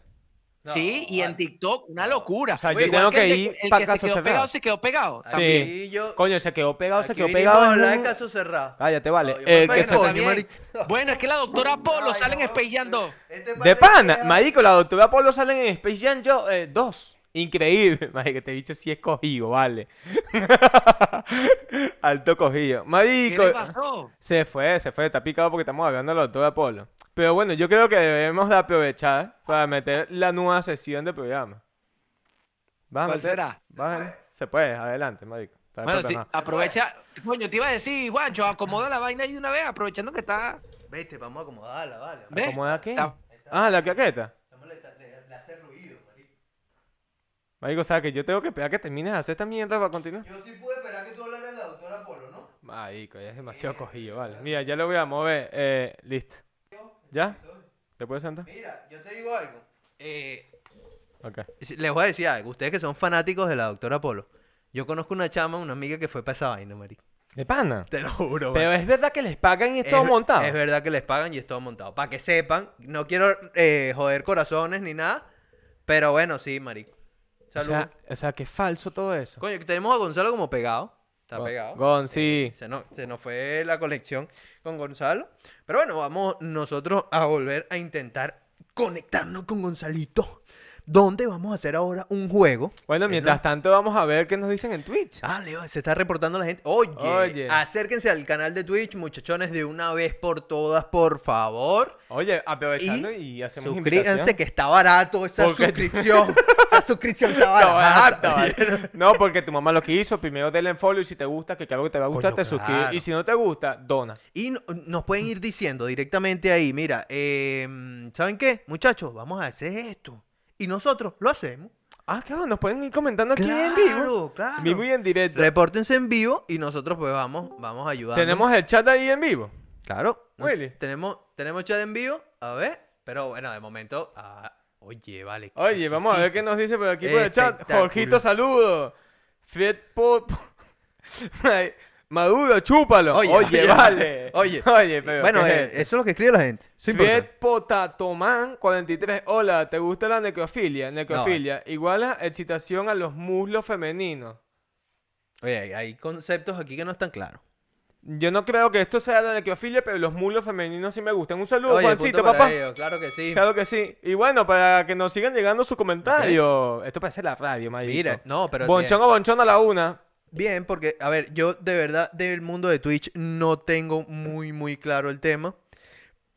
No, sí, y en vale. TikTok, una locura. ah. O sea, yo Igual tengo que el de- ir el para que se caso quedó cerrado. Ah, pegado, se quedó pegado. Sí. Aquí yo. Coño, se quedó pegado, se aquí quedó vinimos pegado. a hablar en de un- caso cerrado. Cállate, vale. No, yo Eh, me que Bueno, se- coño, también. marico. Bueno, es que la doctora Polo Ay, salen no, Space Jam 2. este De parece pana, que- marico, la doctora Polo salen en Space Jam yo, eh, dos. Increíble, marico, este bicho sí es cogido, vale. Alto cogido. ¿Qué Marico, le pasó? se fue, se fue, está picado porque estamos hablando de la doctora Polo. Pero bueno, yo creo que debemos de aprovechar para meter la nueva sesión de programa. ¿Vas a ¿Cuál meter? será? ¿Vas a- Se puede, adelante, marico. Está Bueno, sí, desordenado. aprovecha. Coño, te iba a decir, guancho, acomoda la vaina ahí de una vez, aprovechando que está. Vete, vamos a acomodarla, vale. ¿Ves? ¿Acomoda qué? Está- Ah, la claqueta. Estamos le, le- le hace ruido, marico. Marico, o sea que yo tengo que esperar que termines de hacer esta mierda para continuar. Yo sí pude esperar que tú hablaras de la doctora Polo, ¿no? Marico, ya es demasiado cogido, vale. Mira, ya lo voy a mover. Eh, listo. ¿Ya? ¿Te puedes sentar? Mira, yo te digo algo. Eh, Ok. Sí, Les voy a decir algo, ustedes que son fanáticos de la doctora Polo. Yo conozco una chama, una amiga que fue para esa vaina, marico. De pana. Te lo juro, Pero man. es verdad que les pagan y es Es todo ve- montado. Es verdad que les pagan y es todo montado. Para que sepan, no quiero eh, joder corazones ni nada, pero bueno, sí, marico. o Salud. sea, o sea, que es falso todo eso. Coño, que tenemos a Gonzalo como pegado. Está Gon- pegado. Gon, sí. se, nos, se nos fue la colección con Gonzalo. Pero bueno, vamos nosotros a volver a intentar conectarnos con Gonzalito. Donde vamos a hacer ahora un juego. Bueno, Es mientras tanto vamos a ver qué nos dicen en Twitch. Ah, Leo, se está reportando la gente. Oye, Oye. acérquense al canal de Twitch, muchachones, de una vez por todas, por favor. Oye, aprovechando y, hacemos Suscríbanse invitación. que está barato esa Porque- suscripción. esa suscripción está Está barato, barata. vale. No, porque tu mamá lo que hizo, primero denle en follow y si te gusta, que claro que te va a gustar, Coño, te suscribes. claro. Y si no te gusta, dona. Y no- nos pueden ir diciendo directamente ahí, mira, em, ¿saben qué? Muchachos, vamos a hacer esto. Y nosotros lo hacemos. Ah, claro, nos pueden ir comentando aquí en vivo. Claro, claro. En vivo y en directo. Repórtense en vivo y nosotros pues vamos, vamos ayudando. Tenemos el chat ahí en vivo. Claro. no- Willy. Tenemos, tenemos chat en vivo. A ver. Pero bueno, de momento. ah, oye, vale. qué Oye, vamos a ver qué exquisito. nos dice por aquí por el chat. Espectacular. Jorgito, saludo. Fred Pop. Ay, Maduro, chúpalo. Oye, vale. Oye. Oye, pero. bueno, ¿qué eh, es esto? eso es lo que escribe la gente. Eso es Fred importante. Potatoman 43. Hola, ¿te gusta la necrofilia? Necrofilia. eh. Igual a excitación a los muslos femeninos. Oye, hay, hay conceptos aquí que no están claros. Yo no creo que esto sea la necrofilia, pero los muslos femeninos sí me gustan. Un saludo, Oye, punto Juancito, para papá. ellos, Claro que sí. Claro que sí. Y bueno, para que nos sigan llegando sus comentarios. Esto parece la radio, marico. Mira, no, pero. Bonchón o bonchón a la una. Bien, bien, porque, a ver, yo de verdad del mundo de Twitch no tengo muy, muy claro el tema.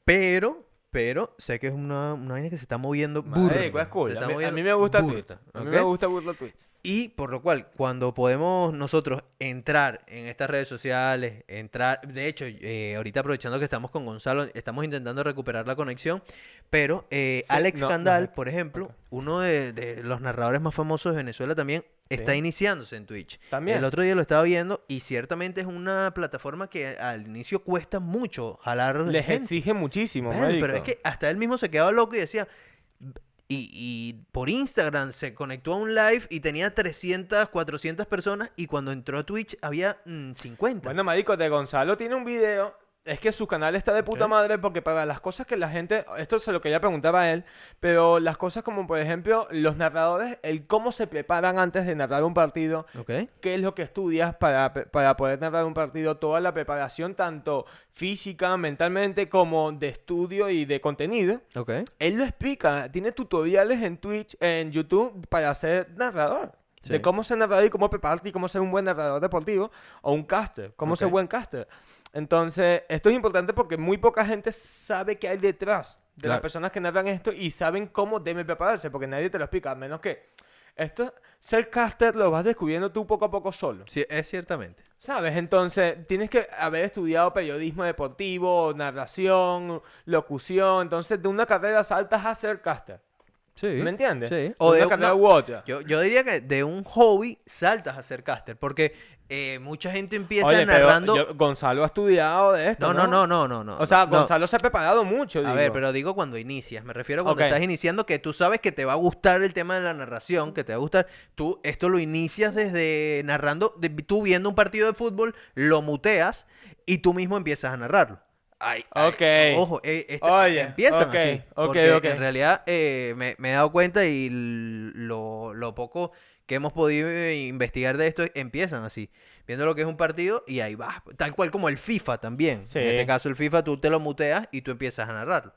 Pero, pero, sé que es una, una vaina que se está moviendo burda. Marico, es cool. se A está mí, a moviendo mí me gusta burda, Twitch. A mí ¿ok? me gusta burla Twitch. Y por lo cual, cuando podemos nosotros entrar en estas redes sociales, entrar, de hecho, eh, ahorita aprovechando que estamos con Gonzalo, estamos intentando recuperar la conexión, pero eh, Sí, Alex no, no, Candal, no. por ejemplo, Ok. uno de, de los narradores más famosos de Venezuela también, está Sí. iniciándose en Twitch. También. El otro día lo estaba viendo y ciertamente es una plataforma que al inicio cuesta mucho jalar Les gente. exige muchísimo, Vale, pero es marico. que hasta él mismo se quedaba loco y decía. Y, y por Instagram se conectó a un live y tenía 300, 400 personas. Y cuando entró a Twitch había mm, 50. Bueno, marico, de Gonzalo tiene un video. Es que su canal está de puta Ok. madre porque para las cosas que la gente... Esto se lo que ya preguntaba a él. Pero las cosas como, por ejemplo, los narradores, el cómo se preparan antes de narrar un partido. Ok. qué es lo que estudias para, pe- para poder narrar un partido, toda la preparación, tanto física, mentalmente, como de estudio y de contenido. Ok. Él lo explica, tiene tutoriales en Twitch, en YouTube, para ser narrador. De Sí. cómo ser narrador y cómo prepararte y cómo ser un buen narrador deportivo o un caster, cómo ser Ok. buen caster. Entonces, esto es importante porque muy poca gente sabe qué hay detrás de las Claro. personas que narran esto y saben cómo deben prepararse, porque nadie te lo explica, a menos que esto, ser caster lo vas descubriendo tú poco a poco solo. Sí, es ciertamente. ¿Sabes? Entonces, tienes que haber estudiado periodismo deportivo, narración, locución. Entonces, de una carrera saltas a ser caster. Sí. ¿Me entiendes? Sí. O O de de una- una u otra. Yo, yo diría que de un hobby saltas a ser caster, porque eh, mucha gente empieza Oye, pero narrando... yo- Gonzalo ha estudiado de esto. No, no, no, no, no, no. O sea, no. Gonzalo se ha preparado mucho. A digo. ver, pero digo cuando inicias, me refiero cuando Ok. estás iniciando que tú sabes que te va a gustar el tema de la narración, que te va a gustar. Tú esto lo inicias desde narrando, de- tú viendo un partido de fútbol, lo muteas y tú mismo empiezas a narrarlo. Ay, ay, Ok. ojo, eh, este- Oye, empiezan ok, así, ok, porque ok. en realidad eh, me, me he dado cuenta y lo, lo poco que hemos podido eh, investigar de esto empiezan así, viendo lo que es un partido y ahí vas, tal cual como el FIFA también. Sí. En este caso el FIFA tú te lo muteas y tú empiezas a narrarlo.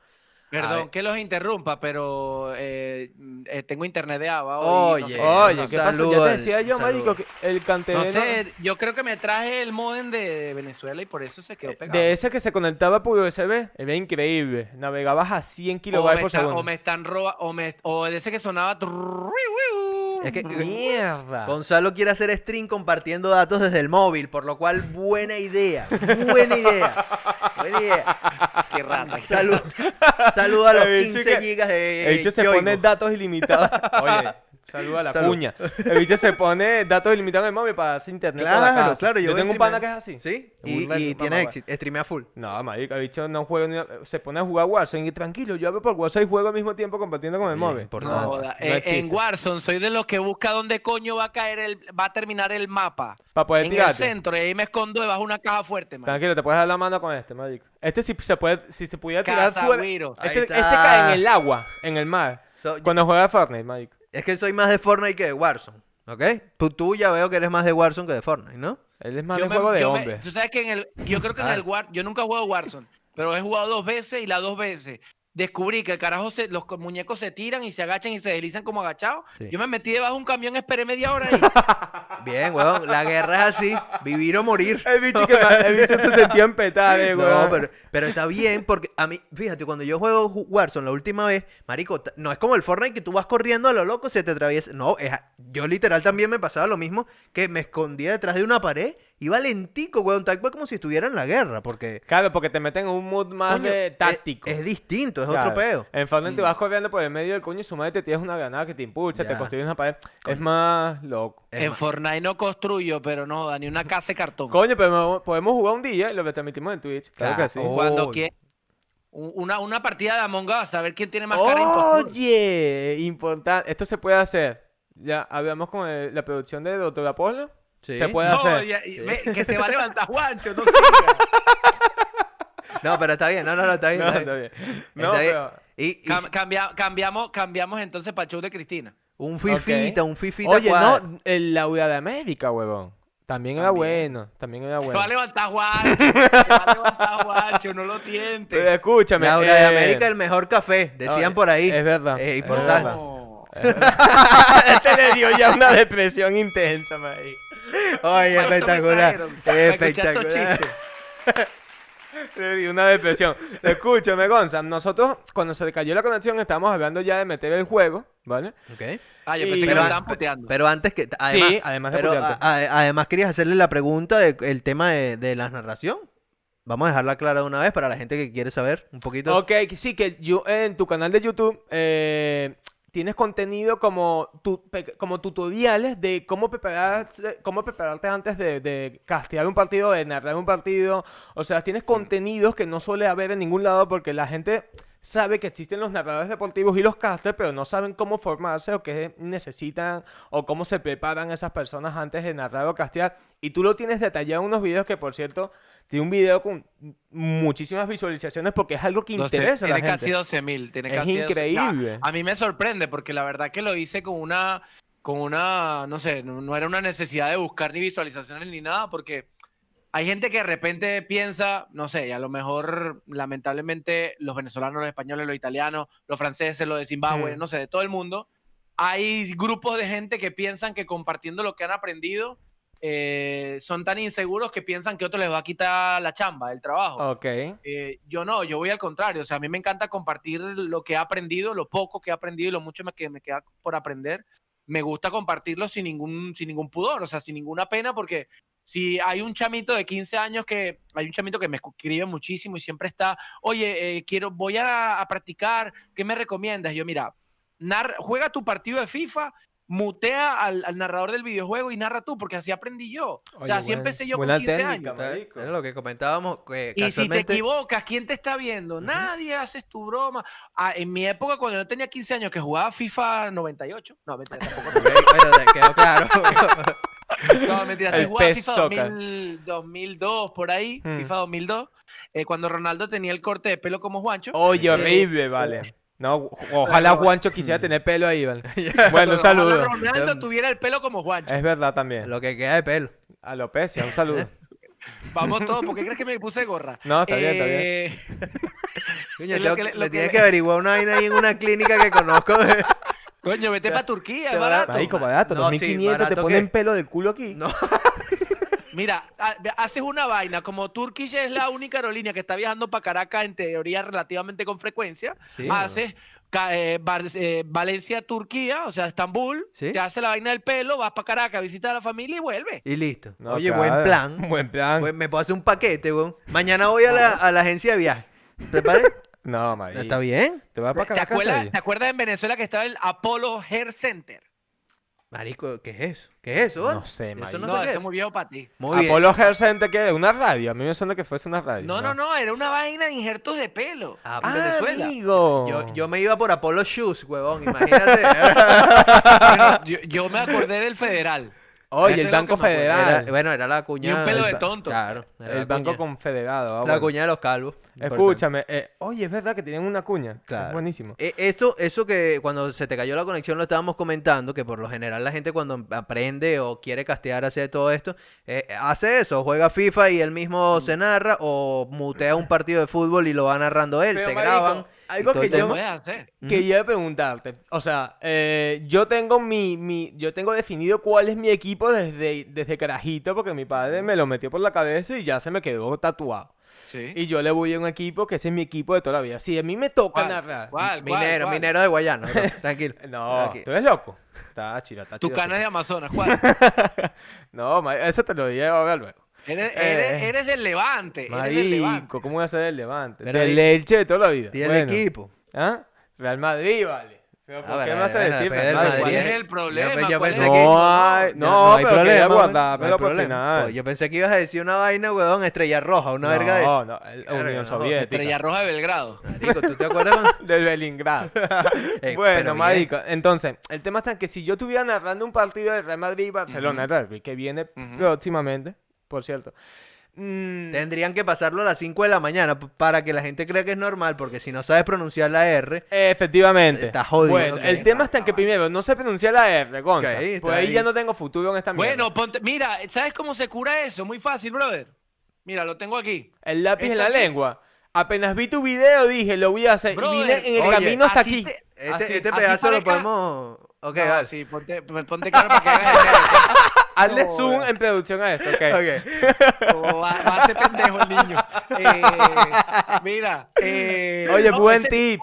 Perdón ver. que los interrumpa, pero eh, eh, tengo internet de ABA Oye, hoy. no sé, Oye, un ¿qué pasa? saludo Ya te al- decía yo, un saludo. Mágico, que el canterano... no sé, yo creo que me traje el modem de Venezuela y por eso se quedó pegado. Eh, De ese que se conectaba por USB, era increíble. Navegabas a 100 o, kilobytes me por está- o segundo. me están roba o, me, o de ese que sonaba. trrr, uiu, Es que- Mierda. Gonzalo quiere hacer stream compartiendo datos desde el móvil, por lo cual buena idea, buena idea, buena idea. qué rata. Salud, saludo a los El bicho 15 que- gigas de El bicho se Yoigo. pone datos ilimitados. Oye, saluda a la Salud. cuña. El bicho se pone datos ilimitados en el móvil para hacer internet. para la Claro, casa. claro, yo Yo voy tengo un streameando. pana que es así. ¿Sí? Es Y, burlero, y mamá, tiene güey. éxito, streamea full. No, marica, el bicho no juega ni una- Se pone a jugar Warzone y tranquilo, yo hablo por Warzone y juego al mismo tiempo compartiendo con el Bien, móvil. importante. No, joda. no Eh, existe. en Warzone soy de los que busca dónde coño va a caer el, va a terminar el mapa. Para poder en el tirarte. centro y ahí me escondo debajo de una caja fuerte, man. Tranquilo, te puedes dar la mano con este, marico. Este si se puede, si se pudiera tirar fuera. Cazagüiro. Ahí Este, este está. cae en el agua, en el mar. So- Cuando juega Fortnite, marico. Es que soy más de Fortnite que de Warzone, ¿ok? Tú, tú ya veo que eres más de Warzone que de Fortnite, ¿no? Él es más Yo de me- juego de yo me- hombres. tú sabes que en el, yo creo que en Ah. el War, yo nunca he jugado Warzone, pero he jugado dos veces y las dos veces descubrí que el carajo se, los co- muñecos se tiran y se agachan y se deslizan como agachados. Sí. Yo me metí debajo de un camión, esperé media hora ahí. Bien, weón, la guerra es así, vivir o morir. El bicho que más- el bicho se sentía en petare, güey. No, pero, pero está bien porque a mí, fíjate, cuando yo juego Ju- Warzone la última vez, marico, ta- no es como el Fortnite que tú vas corriendo a lo loco, se te atraviesa. No, es a- yo literal también me pasaba lo mismo, que me escondía detrás de una pared, iba lentico, weón, tal cual como si estuviera en la guerra, porque... Claro, porque te meten en un mood más coño, de es- táctico. Es, distinto, es Claro. otro peo. Mm. En Fortnite te vas corriendo por el medio del coño y su madre te tiras una granada que te impulsa, te Ya. construye una pared. Es más loco. Es en más- Fortnite no construyo, pero no, da ni una casa de cartón. Coño, pero mo- podemos jugar un día y lo transmitimos en Twitch. Claro, Claro. que sí. Oh. Cuando Oy. quie- un- Una, una partida de Among Us, a ver quién tiene más cara de impostor. Oye, importante. Esto se puede hacer. Ya hablamos con el- la producción de Doctor Apolo. Sí. Se puede No, hacer. ya- y- ve, que se va a levantar Juancho, no siga. No, pero está bien, no, no, no, está bien. No, está está bien. bien. No, Está bien. pero- Y, y Cam- cambia- cambiamos, cambiamos entonces para el show de Cristina. un fifita, un fifita. Oye, cuadra- no, el Laura de América, huevón. También era También. bueno. También era Se bueno. va a levantar Juancho, se va a levantar Juancho, no lo tientes. Pero escúchame. Laura de eh, América, el mejor café, decían no, por ahí. Es verdad. Eh, es importante. verdad. No. este le dio ya una depresión intensa, marico. Oye, ¿Cuánto me espectacular. trajeron? Para escuchar estos Espectacular. chistes. Le dio una depresión. Escúchame, Gonza. Nosotros, cuando se cayó la conexión, estábamos hablando ya de meter el juego, ¿vale? Ok. Ah, yo Y- pensé que Pero lo an- estaban puteando. Pero antes que. Además, sí, además de pero a- putearte. a- además querías hacerle la pregunta del tema de, de la narración. Vamos a dejarla clara de una vez para la gente que quiere saber un poquito. Ok, que sí, que yo en tu canal de YouTube eh, tienes contenido como, tu- pe- como tutoriales de cómo prepararte, cómo prepararte antes de, de castear un partido, de narrar un partido. O sea, tienes contenidos que no suele haber en ningún lado porque la gente sabe que existen los narradores deportivos y los casters, pero no saben cómo formarse o qué necesitan o cómo se preparan esas personas antes de narrar o castear. Y tú lo tienes detallado en unos videos que, por cierto, tiene un video con muchísimas visualizaciones porque es algo que Doce- interesa a la tiene gente. casi 12 mil. Es Tiene casi 12.000. increíble. a mí me sorprende porque la verdad que lo hice con una, con una, no sé, no, no era una necesidad de buscar ni visualizaciones ni nada porque hay gente que de repente piensa, no sé, y a lo mejor lamentablemente los venezolanos, los españoles, los italianos, los franceses, los de Zimbabue, Mm. no sé, de todo el mundo. Hay grupos de gente que piensan que compartiendo lo que han aprendido eh, son tan inseguros que piensan que otro les va a quitar la chamba, el trabajo. Ok. Eh, yo no, yo voy al contrario. O sea, a mí me encanta compartir lo que he aprendido, lo poco que he aprendido y lo mucho me- que me queda por aprender. Me gusta compartirlo sin ningún, sin ningún pudor, o sea, sin ninguna pena, porque si hay un chamito de 15 años que, hay un chamito que me escribe muchísimo y siempre está, oye, eh, quiero, voy a, a practicar, ¿qué me recomiendas? Y yo, mira, nar- juega tu partido de FIFA, mutea al, al narrador del videojuego y narra tú, porque así aprendí yo. o sea, Oye, así buena- empecé yo con buena 15 técnica, años. Era- marico. Era lo que comentábamos. Que Y si te casualmente- equivocas, ¿quién te está viendo? Nadie haces tu broma. Ah, en mi época, cuando yo tenía 15 años, que jugaba FIFA 98. No, mentira, tampoco. Ok, bueno, te quedó claro. No, mentira, sí El jugaba PES FIFA Soccer. 2000, 2002, por ahí, Hmm. FIFA 2002, eh, cuando Ronaldo tenía el corte de pelo como Juancho. Oye, Eh, horrible, vale. No, ojalá Juancho quisiera tener pelo ahí, vale. Bueno, un cuando Ronaldo- saludo. Ronaldo tuviera el pelo como Juancho. Es verdad también. lo que queda de pelo. Alopecia, un saludo. Vamos todos, ¿por qué crees que me puse gorra? No, está bien, está bien. Eh, Coño, Es lo tengo que que- le- le, lo que tienes le- que averiguar una vaina ahí en una clínica que conozco. de- Coño, vete para Turquía, Te es va a- barato. Marico, barato, No, sí, 2500, te barato ponen que- pelo del culo aquí. No, Mira, ha- ve- haces una vaina, como Turkish es la única aerolínea que está viajando para Caracas en teoría relativamente con frecuencia, Sí. haces ca- eh, Bar- eh, Valencia, Turquía, o sea, Estambul, Sí. te hace la vaina del pelo, vas para Caracas, visitas a la familia y vuelve. y listo. No, Oye, claro. buen plan. Buen plan. Buen- me puedo hacer un paquete, weón. Mañana voy a la, a la agencia de viaje. ¿Prepárate? No, marico. ¿Está bien? Te vas para ¿Te Caracas. acuerdas, ahí. ¿Te acuerdas en Venezuela que estaba el Apollo Hair Center? Marico, ¿qué es eso? ¿Qué es eso? vale? No sé, Eso marico. no, No, sé qué eso es. es muy viejo para ti. Muy bien. Apolo Hair Center, ¿qué? ¿Una radio? A mí me suena que fuese una radio. No, no, no, era una vaina de injertos de pelo. Ah, en Ah, Venezuela. amigo. Yo, yo me iba por Apollo Shoes, huevón, imagínate. Bueno, yo, yo me acordé del federal. Oye, Eso el es lo Banco que me acuerdo. Era- Federal. bueno, era la cuña. pelo de ba- tonto. Claro. era El la Banco cuña. Confederado. ah, La bueno. cuña de los calvos. Escúchame. eh, oye, es verdad que tienen una cuña. Claro. Es buenísimo. Eh, Eso, eso que cuando se te cayó la conexión lo estábamos comentando, que por lo general la gente cuando aprende o quiere castear, hace todo esto, eh, hace eso, juega FIFA y él Mm. mismo se narra o mutea un partido de fútbol y lo va narrando él, Pero, se marico, graban. y algo todo que el yo- tema. Puedes hacer. Que Ujú. yo iba a preguntarte, o sea, eh, yo tengo mi, mi, yo tengo definido cuál es mi equipo desde, desde carajito, porque mi padre me lo metió por la cabeza y ya se me quedó tatuado. Sí. Y yo le voy a un equipo que ese es mi equipo de toda la vida. Si a mí me toca ¿Cuál? narrar. ¿Cuál? ¿Cuál? Minero, ¿Cuál? minero de Guayana, bro, tranquilo. No, Aquí. tú eres loco. Está chido, está chido. Tucanes de chido. Amazonas, ¿cuál? No, ma- eso te lo digo ahora luego. Eres, Eh. eres- eres del Levante. Eres del Levante. Marico, ¿cómo voy a ser del Levante? Pero del di- Elche de toda la vida. Tiene el Bueno, equipo. ¿Ah? Real Madrid, vale. Pero ¿por Ah, qué bueno, me hace bueno, decir pero Real del Madrid? ¿Cuál Madrid es el problema? pe- yo ¿Cuál es pensé el que- equipo? hay- Ya no, hay pero quería problema, no guardármelo hay para el problema. final. Pues Yo pensé que ibas a decir una vaina, huevón, estrella roja, una verga de No, eso. no, el- Claro, Unión no, Soviética. Estrella Roja de Belgrado. Marico, ¿tú te acuerdas? cuando- Del Belingrado. Eh, pero bueno, bien. marico, entonces, el tema está en que si yo estuviera narrando un partido de Real Madrid y Barcelona, el rugby, que viene Ujú. próximamente, por cierto. mm, Tendrían que pasarlo a las 5 de la mañana p- para que la gente crea que es normal, porque si no sabes pronunciar la R, Efectivamente. Está jodido, Bueno, ok. el tema está en que primero no se pronuncia la R, Gonza. Ok, está pues ahí ahí. ya no tengo futuro en esta mierda. Bueno, ponte, mira, ¿sabes cómo se cura eso? Muy fácil, brother. Mira, lo tengo aquí. el lápiz en esta la aquí- lengua. Apenas vi tu video, dije, lo voy a hacer. y vine Brother, en el oye, camino hasta así aquí. te- este, así- este así pedazo lo parezca- podemos. Ok, No, vale. sí, ponte, pues, ponte claro para que hagas Hazle No, zoom eh. en producción a eso, ok. Ok. el- o Oh, va, va a ser pendejo el niño. Eh, mira. eh, Oye, buen ese- tip.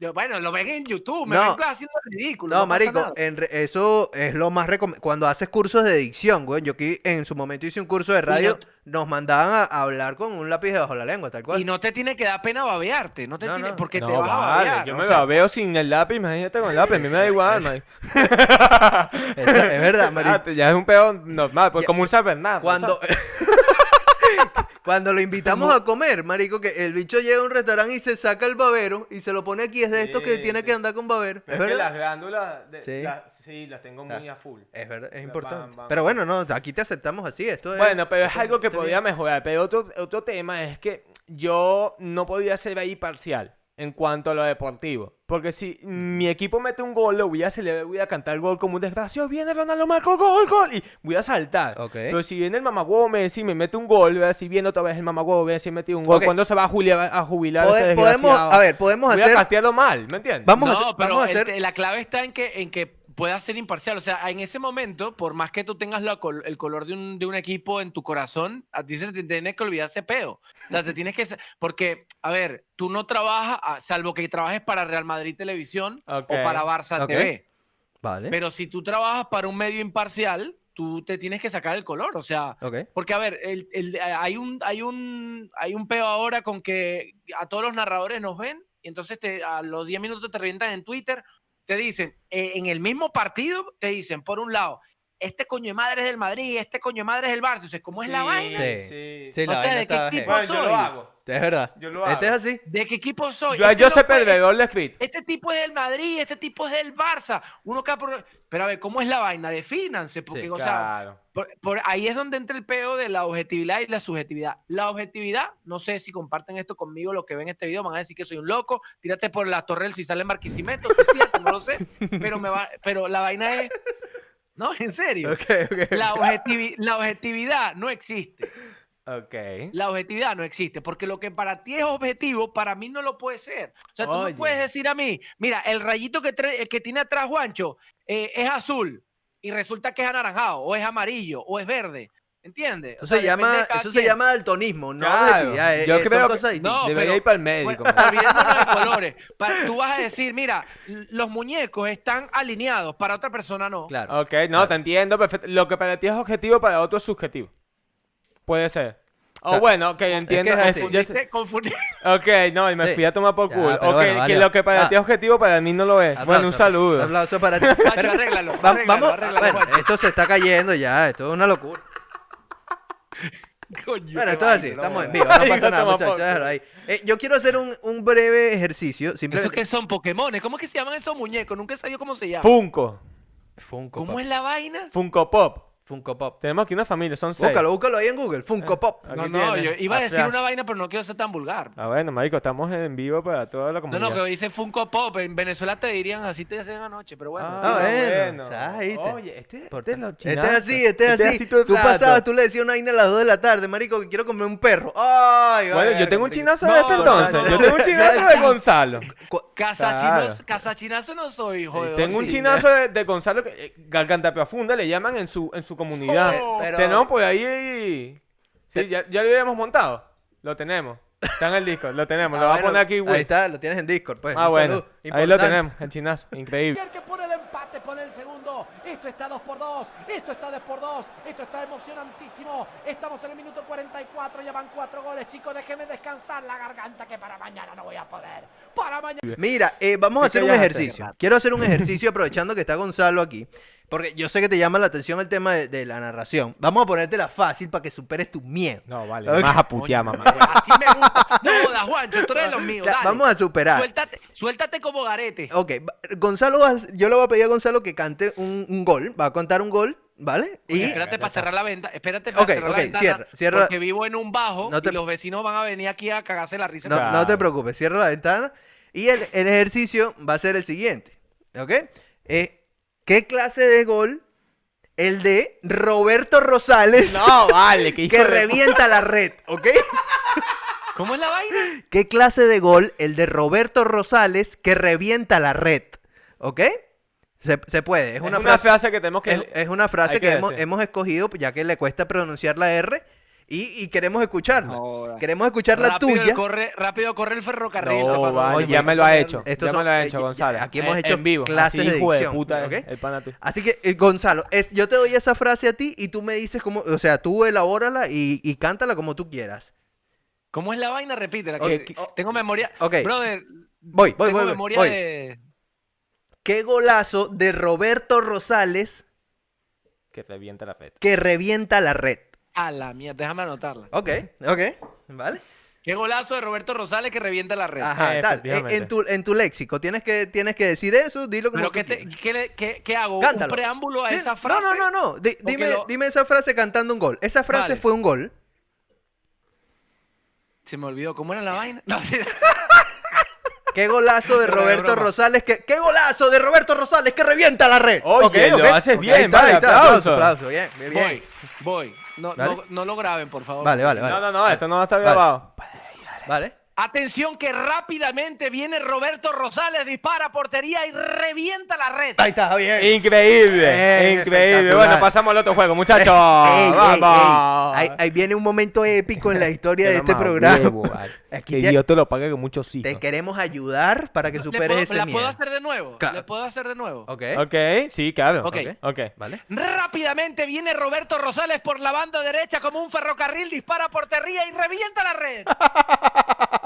Yo, bueno, lo ven en YouTube, me No. ven haciendo el ridículo. No, pasa marico, nada. eh, en re- eso es lo más recomendable. Cuando haces cursos de dicción, güey. Yo aquí en su momento hice un curso de radio, t- nos mandaban a a hablar con un lápiz debajo la lengua, tal cual. Y no te tiene que dar pena babearte, no te No, tiene, no. porque no, te vas a vale, babear. yo o me sea, babeo sin el lápiz, imagínate con el lápiz, a mí me da igual, marico. Esa- es verdad, marico. Ah, te- ya es un pedo normal, pues Ya- como un Bernardo. Cuando, cuando lo invitamos a comer, marico, que el bicho llega a un restaurante y se saca el babero y se lo pone aquí, es de estos que Sí, tiene sí. que andar con babero. Es Es que verdad. las glándulas, de- Sí. las- sí, las tengo Ah. muy a full. Es verdad, es Bam, importante. bam, Pero bam. bueno, no, aquí te aceptamos así, esto es... Bueno, pero es esto- algo que está podía bien. mejorar. Pero otro, otro tema es que yo no podía ser ahí parcial en cuanto a lo deportivo. Porque si mi equipo mete un gol, lo voy a celebrar, voy a cantar el gol como un desgraciado. Viene Ronaldo, marcó gol, gol. Y voy a saltar. Ok. Pero si viene el mamagüevo Messi y me mete un gol, voy a decir, viene otra vez el mamagüevo Messi y metió un gol. Ok. ¿Cuándo se va a, julia- a jubilar Pode- este podemos, desgraciado? a ver, podemos voy a hacer... castearlo mal, ¿me entiendes? Vamos a no, hacer... pero vamos a el hacer- te- la clave está en que, en que puedas ser imparcial. O sea, en ese momento, por más que tú tengas la col- el color de un, de un equipo en tu corazón, a ti se te tiene que olvidar ese peo. O sea, te tienes que... sa- Porque, a ver, tú no trabajas, a- salvo que trabajes para Real Madrid Televisión Ok, o para Barça ok. TV. Vale, Pero si tú trabajas para un medio imparcial, tú te tienes que sacar el color. O sea, ok. porque, a ver, el- el- a- hay, un, hay, un, hay un peo ahora con que a todos los narradores nos ven y entonces te, a los 10 minutos te revientan en Twitter. te dicen, eh, en el mismo partido, te dicen, por un lado, este coño de madre es del Madrid, este coño de madre es del Barça. O sea, ¿cómo es la Sí, vaina? Sí. Sí. Sí, la Ok, vaina ¿de qué estaba tipo? heavy. Bueno, yo lo soy. hago. Es verdad. Yo lo hago. Este es así. ¿De qué equipo soy? Yo a Este no Josep puede- Pedredor le escrito. Este tipo es del Madrid, este tipo es del Barça. Uno que ha pro- Pero a ver, ¿cómo es la vaina? Defínanse, porque, Sí, o sea, por- por ahí es donde entra el peo de la objetividad y la subjetividad. La objetividad, no sé si comparten esto conmigo, los que ven este video van a decir que soy un loco, tírate por la torre si sale Marquisimeto, suicídate, no lo sé, pero, me va, pero la vaina es... No, en serio. Ok, ok. La, objetivi- la objetividad no existe. Ok. La objetividad no existe, porque lo que para ti es objetivo, para mí no lo puede ser. O sea, tú Oye. no puedes decir a mí, mira, el rayito que, trae- el que tiene atrás Juancho eh, es azul y resulta que es anaranjado, o es amarillo, o es verde. ¿Entiendes? O Eso se sea, depende de llama, cada eso se quien. llama daltonismo, no Claro, objetividad. eh, yo eh, son creo que- cosas distintas. No, Debería pero- ir para el médico. Bueno, man. olvidémonos de colores. Para- tú vas a decir, mira, l- los muñecos están alineados, para otra persona no. Claro. Ok, no, te entiendo perfecto. Lo que para ti es objetivo, para otro es subjetivo. Puede ser. O Claro. bueno, que entiendo. es eh, así. ya Confundiste- confundí- sé- ok, no, y me Sí. fui a tomar por Ya, culo. pero ok, bueno, que vale. lo que para Ah. ti es objetivo, para mí no lo es. bueno, un Aplauso, saludo. Aplauso para ti. Juancho, arréglalo, Va- arréglalo, vamos, arréglalo, bueno, Juancho. esto se está cayendo ya, esto es una locura. Coño, Bueno, qué esto es así, vaina, no, estamos en bueno. vivo, no Hijo, pasa nada, toma muchachos. poco. déjalo ahí. Eh, yo quiero hacer un, un breve ejercicio, ¿Esos simplemente. que son Pokémones? ¿Cómo es que se llaman esos muñecos? Nunca he sabido cómo se llaman. Funko. Funko ¿Cómo Pop. es la vaina? Funko Pop. Funko Pop. Tenemos aquí una familia, son seis. Búscalo, búscalo ahí en Google, Eh, Funko Pop. Aquí No, no, yo tienes. Ah, iba a decir Atrás. una vaina, pero no quiero ser tan vulgar. Ah, bueno, marico, estamos en vivo para toda la No, comunidad. no, que dice Funko Pop. En Venezuela te dirían así te hacen anoche, pero bueno. Ah, Ah, bueno, bueno. o sea, ahí te- Oye, este, este es lo Este es chinazo. así, este es así. todo el Tú rato. pasabas, tú le decías una vaina a las 2 de la tarde, marico, que quiero comer un perro. Ay, Bueno, verga, yo tengo un marico. chinazo de este No, no, no, entonces. Yo no. tengo un chinazo de Sí. Gonzalo. Cu- Casachinazo, Claro. casachinazo no soy, joder. Tengo un sí. chinazo de, de Gonzalo que eh, garganta profunda le llaman en su en su comunidad. Oh, pero- Tenemos por ahí. Sí, ya, ya lo habíamos montado. Lo tenemos. Está en el disco, lo tenemos. Ah, lo voy bueno, a poner aquí, Ahí güey. está, lo tienes en Discord, pues. Ah, un bueno. saludo Ahí lo importante. tenemos, el chinazo. Increíble. Pierre que pone el empate, pone el segundo. Esto está 2 por 2. Esto está 2 por 2. Esto está emocionantísimo. Estamos en el minuto 44. Ya van 4 goles, chicos. Déjenme descansar la garganta que para mañana no voy a poder. Para mañana. Mira, eh, vamos a ¿Qué hacer un querías hacer, ejercicio. Quiero hacer un ejercicio aprovechando que está Gonzalo aquí. Porque yo sé que te llama la atención el tema de, de la narración. Vamos a ponértela fácil para que superes tu miedo. No, vale. Ok. Más a Coño, putear, mamá. Así me gusta. No, jodas, Juancho, tú eres los míos. Ya, dale. vamos a superar. Suéltate, suéltate como garete. Ok, va- Gonzalo, va a- yo le voy a pedir a Gonzalo que cante un, un gol. Va a contar un gol, ¿vale? Y Espérate para cerrar la venta. Espérate para Ok, cerrar ok, la ventana. cierra, cierra. Porque vivo en un bajo No te- y los vecinos van a venir aquí a cagarse la risa. no, Claro. no te preocupes, cierra la ventana. Y el, el ejercicio va a ser el siguiente. ¿Ok? Eh, ¿Qué clase de gol? El de Roberto Rosales No, vale. Que, que revienta la red, ¿ok? ¿Cómo es la vaina? ¿Qué clase de gol el de Roberto Rosales que revienta la red? ¿Ok? Se, se puede. Es una, frase, que tenemos que. es, es una frase hay que, que hemos, decir. hemos escogido, ya que le cuesta pronunciar la R, y, y queremos escucharla. Queremos escuchar la rápido, tuya. Corre, rápido corre el ferrocarril. por No, favor. vale, Oye, ya me lo ha hecho. estos ya son- me lo ha eh, hecho, ya- Gonzalo. aquí hemos En- hecho en vivo. clases así, de hijo de dicción, puta. ¿ok? El, el pana tuyo. Así que, eh, Gonzalo, es, yo te doy esa frase a ti y tú me dices cómo, o sea, tú elabórala y, y cántala como tú quieras. ¿Cómo es la vaina? Repítela. Ok, que- que- tengo memoria. ok. Brother, Voy, voy, tengo voy, voy, memoria voy. de. ¿Qué golazo de Roberto Rosales Que revienta la feta. que revienta la red? A la mierda, déjame anotarla. Ok, ok, vale. Qué golazo de Roberto Rosales que revienta la red. Ajá, tal. Eh, En Efectivamente. tu, en tu léxico, tienes que, tienes que decir eso, dilo como Pero tú ¿qué, te- quieras. qué le- qué- qué hago? Cántalo. ¿Un preámbulo a Sí, esa frase? No, no, no, no. di- ¿O que dime, lo- dime esa frase cantando un gol. Esa frase Vale. fue un gol. Se me olvidó cómo era la vaina. No, Qué golazo de Broma, Roberto broma. Rosales que qué golazo de Roberto Rosales que revienta la red. Oye, Ok, lo ok, haces ok, bien, ahí está, vale, ahí está, aplauso, aplauso. aplauso, bien, bien, bien. voy, voy. No, Vale. no, no lo graben, por favor. Vale, vale, vale. No, no, no, esto no va a estar Vale. grabado. Vale. Atención que rápidamente viene Roberto Rosales, dispara a portería y revienta la red. Ahí está, bien. Increíble, Eh, increíble. espectacular. Bueno, pasamos al otro juego, muchachos. Ey, ey, ey. Vamos. Ahí, ahí viene un momento épico en la historia de este Mamá programa. huevo, vale. Aquí Que te- Dios te lo pague con muchos hijos. Te queremos ayudar para que ¿Le superes puedo- ese ¿La miedo. puedo hacer de nuevo? Claro. ¿La puedo hacer de nuevo? Ok. Ok, sí, claro. Ok. ok. ¿eh? Vale. Rápidamente viene Roberto Rosales por la banda derecha como un ferrocarril, dispara a portería y revienta la red.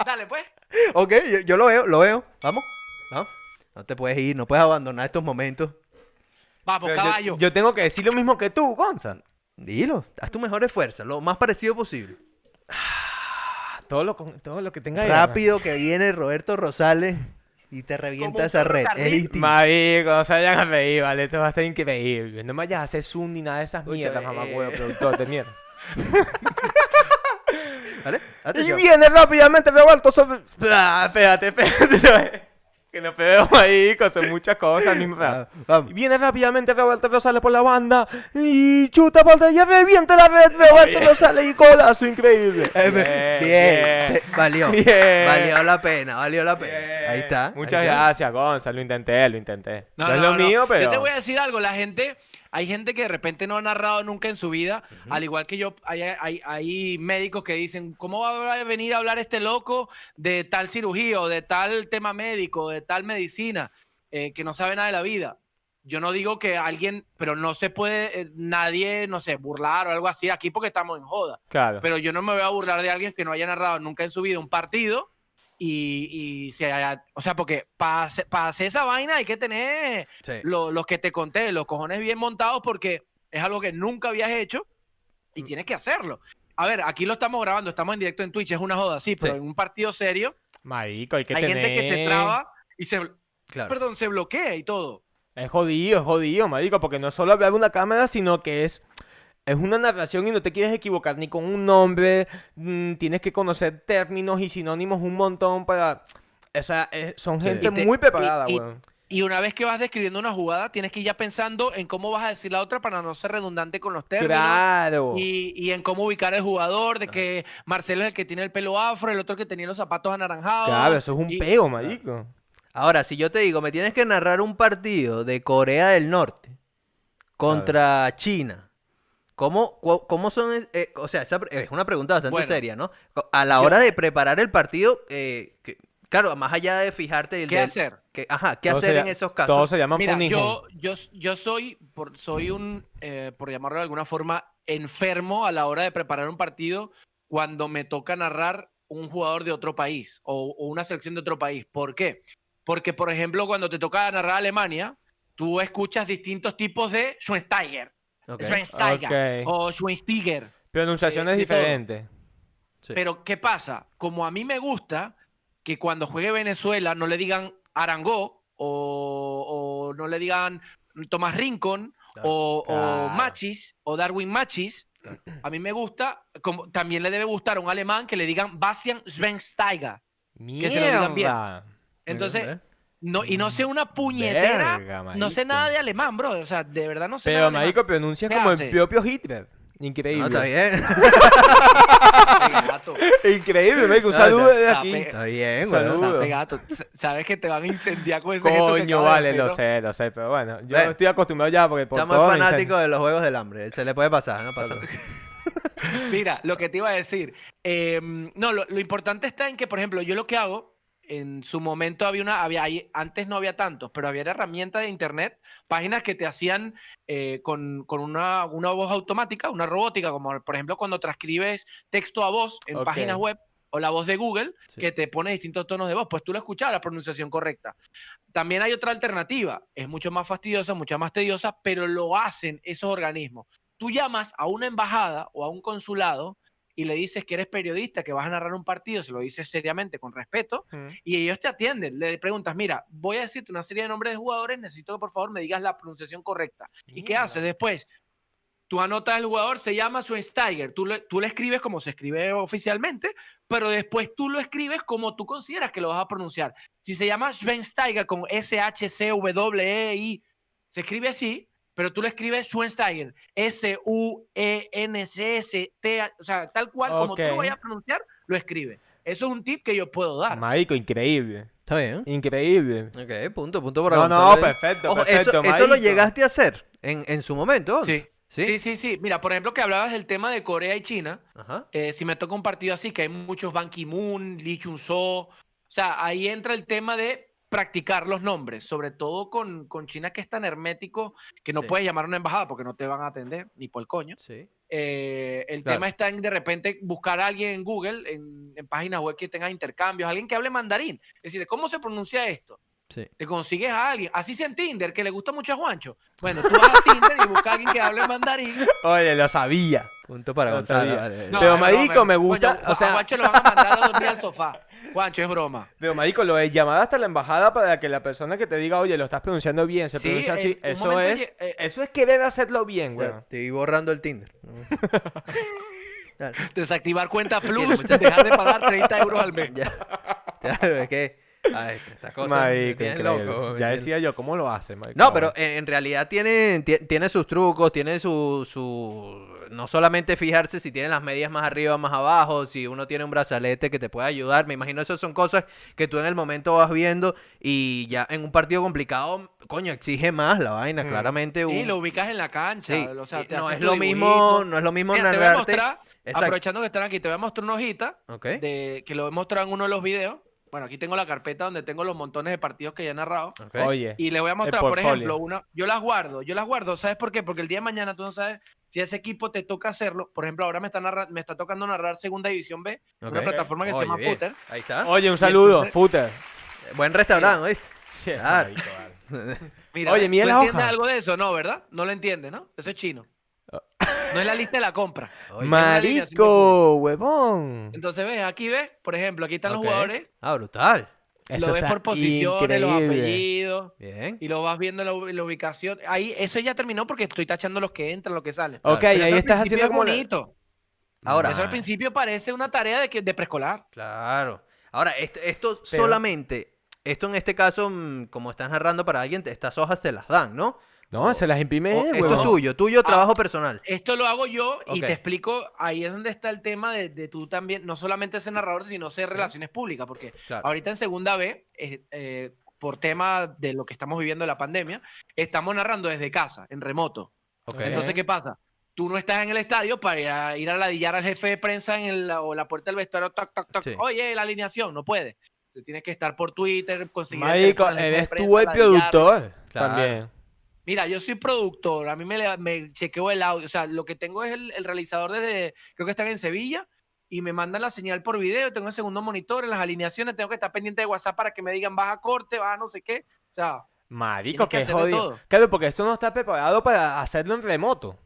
Dale, pues. Ok, yo, yo lo veo, lo veo. Vamos. Vamos. No te puedes ir, no puedes abandonar estos momentos. Vamos, Pero yo- caballo. Yo, tengo que decir lo mismo que tú, Gonza. Dilo, haz tu mejor esfuerzo, lo más parecido posible. Todo lo, con- todo lo que tenga ahí, Rápido que viene Roberto Rosales y te Como revienta un esa perro red. Es carril. distinto. Marico, no se vayan a reír, ¿vale? Esto va a estar increíble. No me vayas a hacer zoom ni nada de esas Escucha, mierdas, eh, mamá eh. huevo, productor de mierda. ¿Vale? Y Atención. viene rápidamente Roberto sobre... Ah, espérate, espérate. que nos pegamos ahí con muchas cosas al mismo rato. Vamos. Y Viene rápidamente Roberto Rosales por la banda y chuta por allá, revienta la red Roberto Rosales y golazo increíble. Eh, Bien, bien. se- valió. Bien. Valió la pena, valió la pena. Bien. Ahí está. Muchas ahí está. gracias, Gonza. Lo intenté, lo intenté. No, No, es no, lo no. mío, pero. Yo te voy a decir algo, la gente, hay gente que de repente no ha narrado nunca en su vida, al igual que yo, hay, hay- hay médicos que dicen, ¿cómo va a venir a hablar este loco de tal cirugía o de tal tema médico, de tal medicina, eh, que no sabe nada de la vida? Yo no digo que alguien, pero no se puede, eh, nadie, no sé, burlar o algo así aquí porque estamos en joda. Claro. Pero yo no me voy a burlar de alguien que no haya narrado nunca en su vida un partido. Y, y se haya- o sea, porque para hacer esa vaina hay que tener Eh. Sí. lo- los que te conté, los cojones bien montados, porque es algo que nunca habías hecho Mm. y tienes que hacerlo. A ver, aquí lo estamos grabando, estamos en directo en Twitch, es una joda, sí, pero Sí. en un partido serio Marico, hay que hay gente que se tener- traba y se, Claro. perdón, se bloquea y todo. Es jodido, es jodido, marico, porque no solo hablar de una cámara, sino que es, es una narración y no te quieres equivocar ni con un nombre, mm, tienes que conocer términos y sinónimos un montón para... O sea, eh, son Sí. gente Y te- muy preparada, y- y- weón. Y una vez que vas describiendo una jugada, tienes que ir ya pensando en cómo vas a decir la otra para no ser redundante con los términos. Claro. Y, y en cómo ubicar al jugador, de que Marcelo es el que tiene el pelo afro, el otro que tenía los zapatos anaranjados. Claro, eso es un y- peo, marico. Ahora, si yo te digo, me tienes que narrar un partido de Corea del Norte contra China. ¿Cómo, cu- cómo son? es- eh, o sea, esa pre- es una pregunta bastante Bueno. seria, ¿no? Co- A la hora de preparar el partido, eh, que- claro, más allá de fijarte el ¿Qué del- hacer? que- ajá, ¿qué Todo hacer se- en esos Todo casos? se llama Mira, funismo. yo, yo, yo soy, por, soy un, eh, por llamarlo de alguna forma, enfermo a la hora de preparar un partido cuando me toca narrar un jugador de otro país o, o una selección de otro país. ¿Por qué? Porque, por ejemplo, cuando te toca narrar a Alemania, tú escuchas distintos tipos de Schweinsteiger, Ok, Schweinsteiger Ok. o Schweinsteiger. Pronunciaciones de todo. diferentes. sí. Pero, ¿qué pasa? Como a mí me gusta que cuando juegue Venezuela no le digan Arangó o, o no le digan Tomás Rincón Claro, o, o claro. Machis o Darwin Machis, a mí me gusta, como también le debe gustar a un alemán que le digan Bastian Schweinsteiger. Mierda. se lo digan bien. Entonces, Ok. no, y no sé una puñetera, ¿eh? Verga, no sé marico. nada de alemán, bro. O sea, de verdad no sé Pero, nada de marico, pronuncias ¿Qué como el haces? propio Hitler. Increíble. No, está bien. alemán. Gato, Increíble, marico. Un No, está- saludo de aquí. sape- Está bien, Salud. weón. sape gato. Sabes que te van a incendiar con ese gesto que Coño, acabas de vale, hacer, lo ¿no? sé, lo sé, pero bueno, yo Ven. estoy acostumbrado ya porque por Chamo todo es me fanático dicen- de los juegos del hambre. Se le puede pasar, no pasa nada. Mira, lo que te iba a decir. em, no, lo, lo importante está en que, por ejemplo, yo lo que hago, en su momento había una, había, ahí- antes no había tantos, pero había herramientas de internet, páginas que te hacían eh, con, con una, una voz automática, una robótica, como por ejemplo cuando transcribes texto a voz en Ok. páginas web o la voz de Google, Sí. que te pone distintos tonos de voz, pues tú lo escuchas la pronunciación correcta. También hay otra alternativa, es mucho más fastidiosa, mucho más tediosa, pero lo hacen esos organismos. Tú llamas a una embajada o a un consulado y le dices que eres periodista, que vas a narrar un partido, se lo dices seriamente, con respeto, Mm. y ellos te atienden. Le preguntas, mira, voy a decirte una serie de nombres de jugadores, necesito que por favor me digas la pronunciación correcta. ¿Y qué Mierda. haces después? Tú anotas el jugador, se llama Schweinsteiger, tú le, tú le escribes como se escribe oficialmente, pero después tú lo escribes como tú consideras que lo vas a pronunciar. Si se llama Schweinsteiger con S-H-C-W-E-I, E se escribe así, pero tú lo escribes Schweinsteiger, E S-U-E-N-C-S-T, o sea, tal cual como tú lo Ok. vayas a pronunciar, lo escribe. Eso es un tip que yo puedo dar. Marico, increíble. Está bien. Increíble. Ok, punto, punto para No, no, Gonzalo. perfecto, Ojo, perfecto, eso, eso lo marico. llegaste a hacer en, en su momento. Gonza. Sí. Sí. ¿Sí? sí, sí, Mira, por ejemplo, que hablabas del tema de Corea y China. Ajá. eh, si me toca un partido así, que hay muchos Ban Ki-moon, Lee Chun-so. O sea, ahí entra el tema de practicar los nombres, sobre todo con, con China que es tan hermético que no Sí. puedes llamar a una embajada porque no te van a atender, ni por el coño. Sí. Eh, el Claro. tema está en de repente buscar a alguien en Google, en, en páginas web que tenga intercambios, alguien que hable mandarín. Decirle, ¿cómo se pronuncia esto? Sí. Te consigues a alguien, así sea en Tinder, que le gusta mucho a Juancho. Bueno, tú vas a Tinder y buscas a alguien que hable mandarín. Oye, lo sabía. Punto para No Gonzalo. sabía. vale, vale. No. Pero, marico, me gusta, Juancho, o sea- A Juancho lo van a mandar a dormir al sofá. Juancho, es broma. Pero, marico, lo de llamar hasta la embajada para que la persona que te diga, oye, lo estás pronunciando bien, se Sí, pronuncia en así, un eso momento es, lle- eh, eso es querer hacerlo bien, Ya, güey. Te vi borrando el Tinder. ¿no? Dale, Desactivar cuenta plus, dejar de pagar 30 euros al mes. ya. Ya, es que. Ay, estas cosas. me Marico, tienen increíble. loco, me Ya tienen- decía yo, ¿cómo lo hace, marico? No, pero en, en realidad tiene, tie- tiene sus trucos, tiene su, su... No solamente fijarse si tiene las medias más arriba, más abajo, si uno tiene un brazalete que te puede ayudar. Me imagino esas son cosas que tú en el momento vas viendo y ya en un partido complicado, coño, exige más la vaina, Mm. claramente. Y un- lo ubicas en la cancha. sí, o sea, y te no, haces es tu lo mismo, dibujito. no es lo mismo Mira, te voy a narrarte. mostrar, Exacto. aprovechando que están aquí, te voy a mostrar una hojita Ok. de, que lo he mostrado en uno de los videos. Bueno, aquí tengo la carpeta donde tengo los montones de partidos que ya he narrado. ok. Oye, Y les voy a mostrar, por portfolio. ejemplo, una. Yo las guardo, yo las guardo. ¿Sabes por qué? Porque el día de mañana tú no sabes si a ese equipo te toca hacerlo. Por ejemplo, ahora me está, narra- me está tocando narrar Segunda División B, ok. una plataforma que se Oye, llama bien. Footer. Ahí está. oye, un saludo, entonces- puta. Buen restaurante, ¿oíste? Che, Claro. marico, vale. Mira, Oye, ¿tú mira la entiendes hoja. algo de eso? No, ¿verdad? No lo entiende, ¿no? Eso es chino. No es la lista de la compra. Oye, Ma- una línea, así me Oh. Marico, huevón. Entonces, ves, aquí ves, por ejemplo, aquí están ok. los jugadores. Ah, brutal. Eso lo ves está por posiciones, los increíble. apellidos. Bien. Y lo vas viendo la, u- la ubicación. Ahí, eso ya terminó porque estoy tachando los que entran, los que salen. Ok, Pero Pero ahí eso al estás haciendo principio es como la- bonito. Ahora. Eso al principio parece una tarea de, que, de preescolar. Claro. Ahora, est- esto, Pero- solamente, esto en este caso, mm, como estás narrando para alguien, te- estas hojas te las dan, ¿no? No, se las imprime O- él, esto huevón. es tuyo, tuyo, Ah. trabajo personal. Esto lo hago yo y Ok. te explico, ahí es donde está el tema de, de tú también, no solamente ser narrador, sino ser relaciones públicas, porque Claro. ahorita en segunda B, eh, eh, por tema de lo que estamos viviendo de la pandemia, estamos narrando desde casa, en remoto. ok. Entonces, ¿qué pasa? Tú no estás en el estadio para ir a, ir a ladillar al jefe de prensa en el- o la puerta del vestuario, toc, toc, toc. Sí. Oye, la alineación, no puede. Tú Tienes que estar por Twitter, conseguir. el Marico, teléfono del jefe de eres tú prensa, el ladillarlo. productor Claro. también. Mira, yo soy productor, a mí me, le- me chequeo el audio, o sea, lo que tengo es el, el realizador desde, creo que están en Sevilla, y me mandan la señal por video, tengo el segundo monitor, en las alineaciones tengo que estar pendiente de WhatsApp para que me digan baja corte, baja no sé qué, o sea, Marico, Tienes que que hacer de jodido. todo. Claro, porque esto no está preparado para hacerlo en remoto.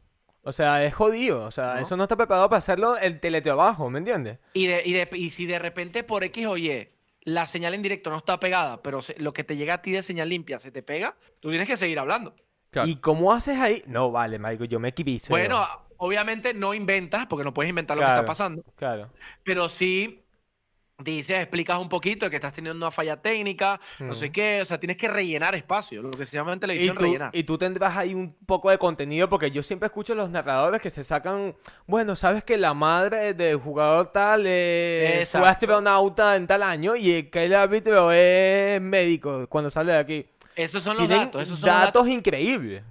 O sea, es jodido. O sea, No. eso no está preparado para hacerlo en teletrabajo, ¿me entiendes? y, de- y, de- y si de repente por X o Y la señal en directo no está pegada, pero se- lo que te llega a ti de señal limpia se te pega, tú tienes que seguir hablando. Claro. ¿Y cómo haces ahí? No, vale, marico, yo me equivoco. Bueno, obviamente no inventas, porque no puedes inventar lo que Claro. está pasando. claro. pero sí dices, explicas un poquito de que estás teniendo una falla técnica, no sé Mm. qué, o sea, tienes que rellenar espacio, lo que se llama en Y televisión tú, rellenar. y tú tendrás ahí un poco de contenido, porque yo siempre escucho los narradores que se sacan, bueno, sabes que la madre del jugador tal eh, fue Exacto. astronauta en tal año y que el árbitro es médico cuando sale de aquí. Esos son los Tienen datos, esos son datos, los datos. increíbles.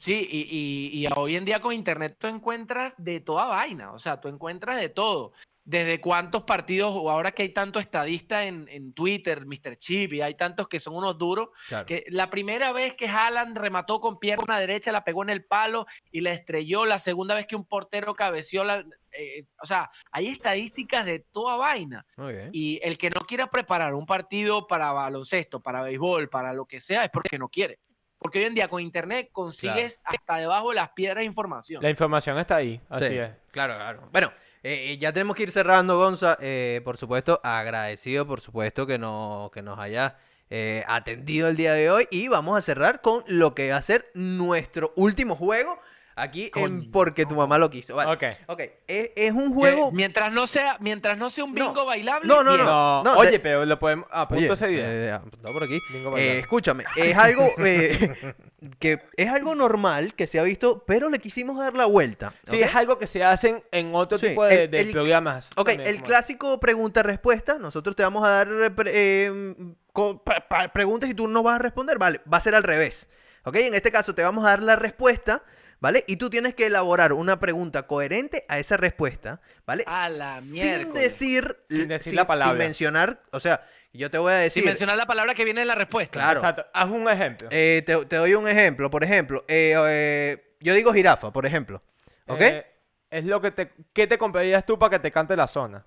Sí, y, y- y hoy en día con internet tú encuentras de toda vaina, o sea, tú encuentras de todo. Desde cuántos partidos, o ahora que hay tanto estadista en, en Twitter, Mr. Chip, y hay tantos que son unos duros, Claro. que la primera vez que Haaland remató con pierna derecha, la pegó en el palo y la estrelló, la segunda vez que un portero cabeció, la, eh, o sea, hay estadísticas de toda vaina. Muy bien. Y el que no quiera preparar un partido para baloncesto, para béisbol, para lo que sea, es porque no quiere. Porque hoy en día con internet consigues hasta debajo de las piedras información. La información está ahí, así Sí, es. Claro, claro. Bueno, eh, eh, ya tenemos que ir cerrando, Gonza. Eh, por supuesto, agradecido, por supuesto, que, no, que nos hayas eh, atendido el día de hoy. Y vamos a cerrar con lo que va a ser nuestro último juego aquí en Coño. Porque tu mamá lo quiso. Vale. Ok. Ok, es, es un Que juego... Eh, mientras no sea, mientras no sea un No. bingo bailable. No, no, bien. No, no, oye, de- pero lo podemos. Apunto Oye, esa idea. eh, apuntado por aquí. Bingo Eh, bailable. escúchame, es algo eh, que es algo normal que se ha visto, pero le quisimos dar la vuelta. Sí, ¿ok? es algo que se hacen en otro Sí, tipo de, el- de el- programas. Ok, también, el como- clásico pregunta-respuesta. Nosotros te vamos a dar eh, pre- eh, co- pa- pa- preguntas y tú no vas a responder. Vale, va a ser al revés. Ok, en este caso te vamos a dar la respuesta, ¿vale? Y tú tienes que elaborar una pregunta coherente a esa respuesta, ¿vale? A la Sin miércoles. decir, Sin decir la palabra. Sin mencionar, o sea, yo te voy a decir. Sin mencionar la palabra que viene en la respuesta. Claro. Exacto. Haz un ejemplo. eh, te, te doy un ejemplo, por ejemplo. eh, eh, yo digo jirafa, por ejemplo. ¿Ok? Eh, es lo que te. ¿Qué te comprarías tú para que te cante la zona?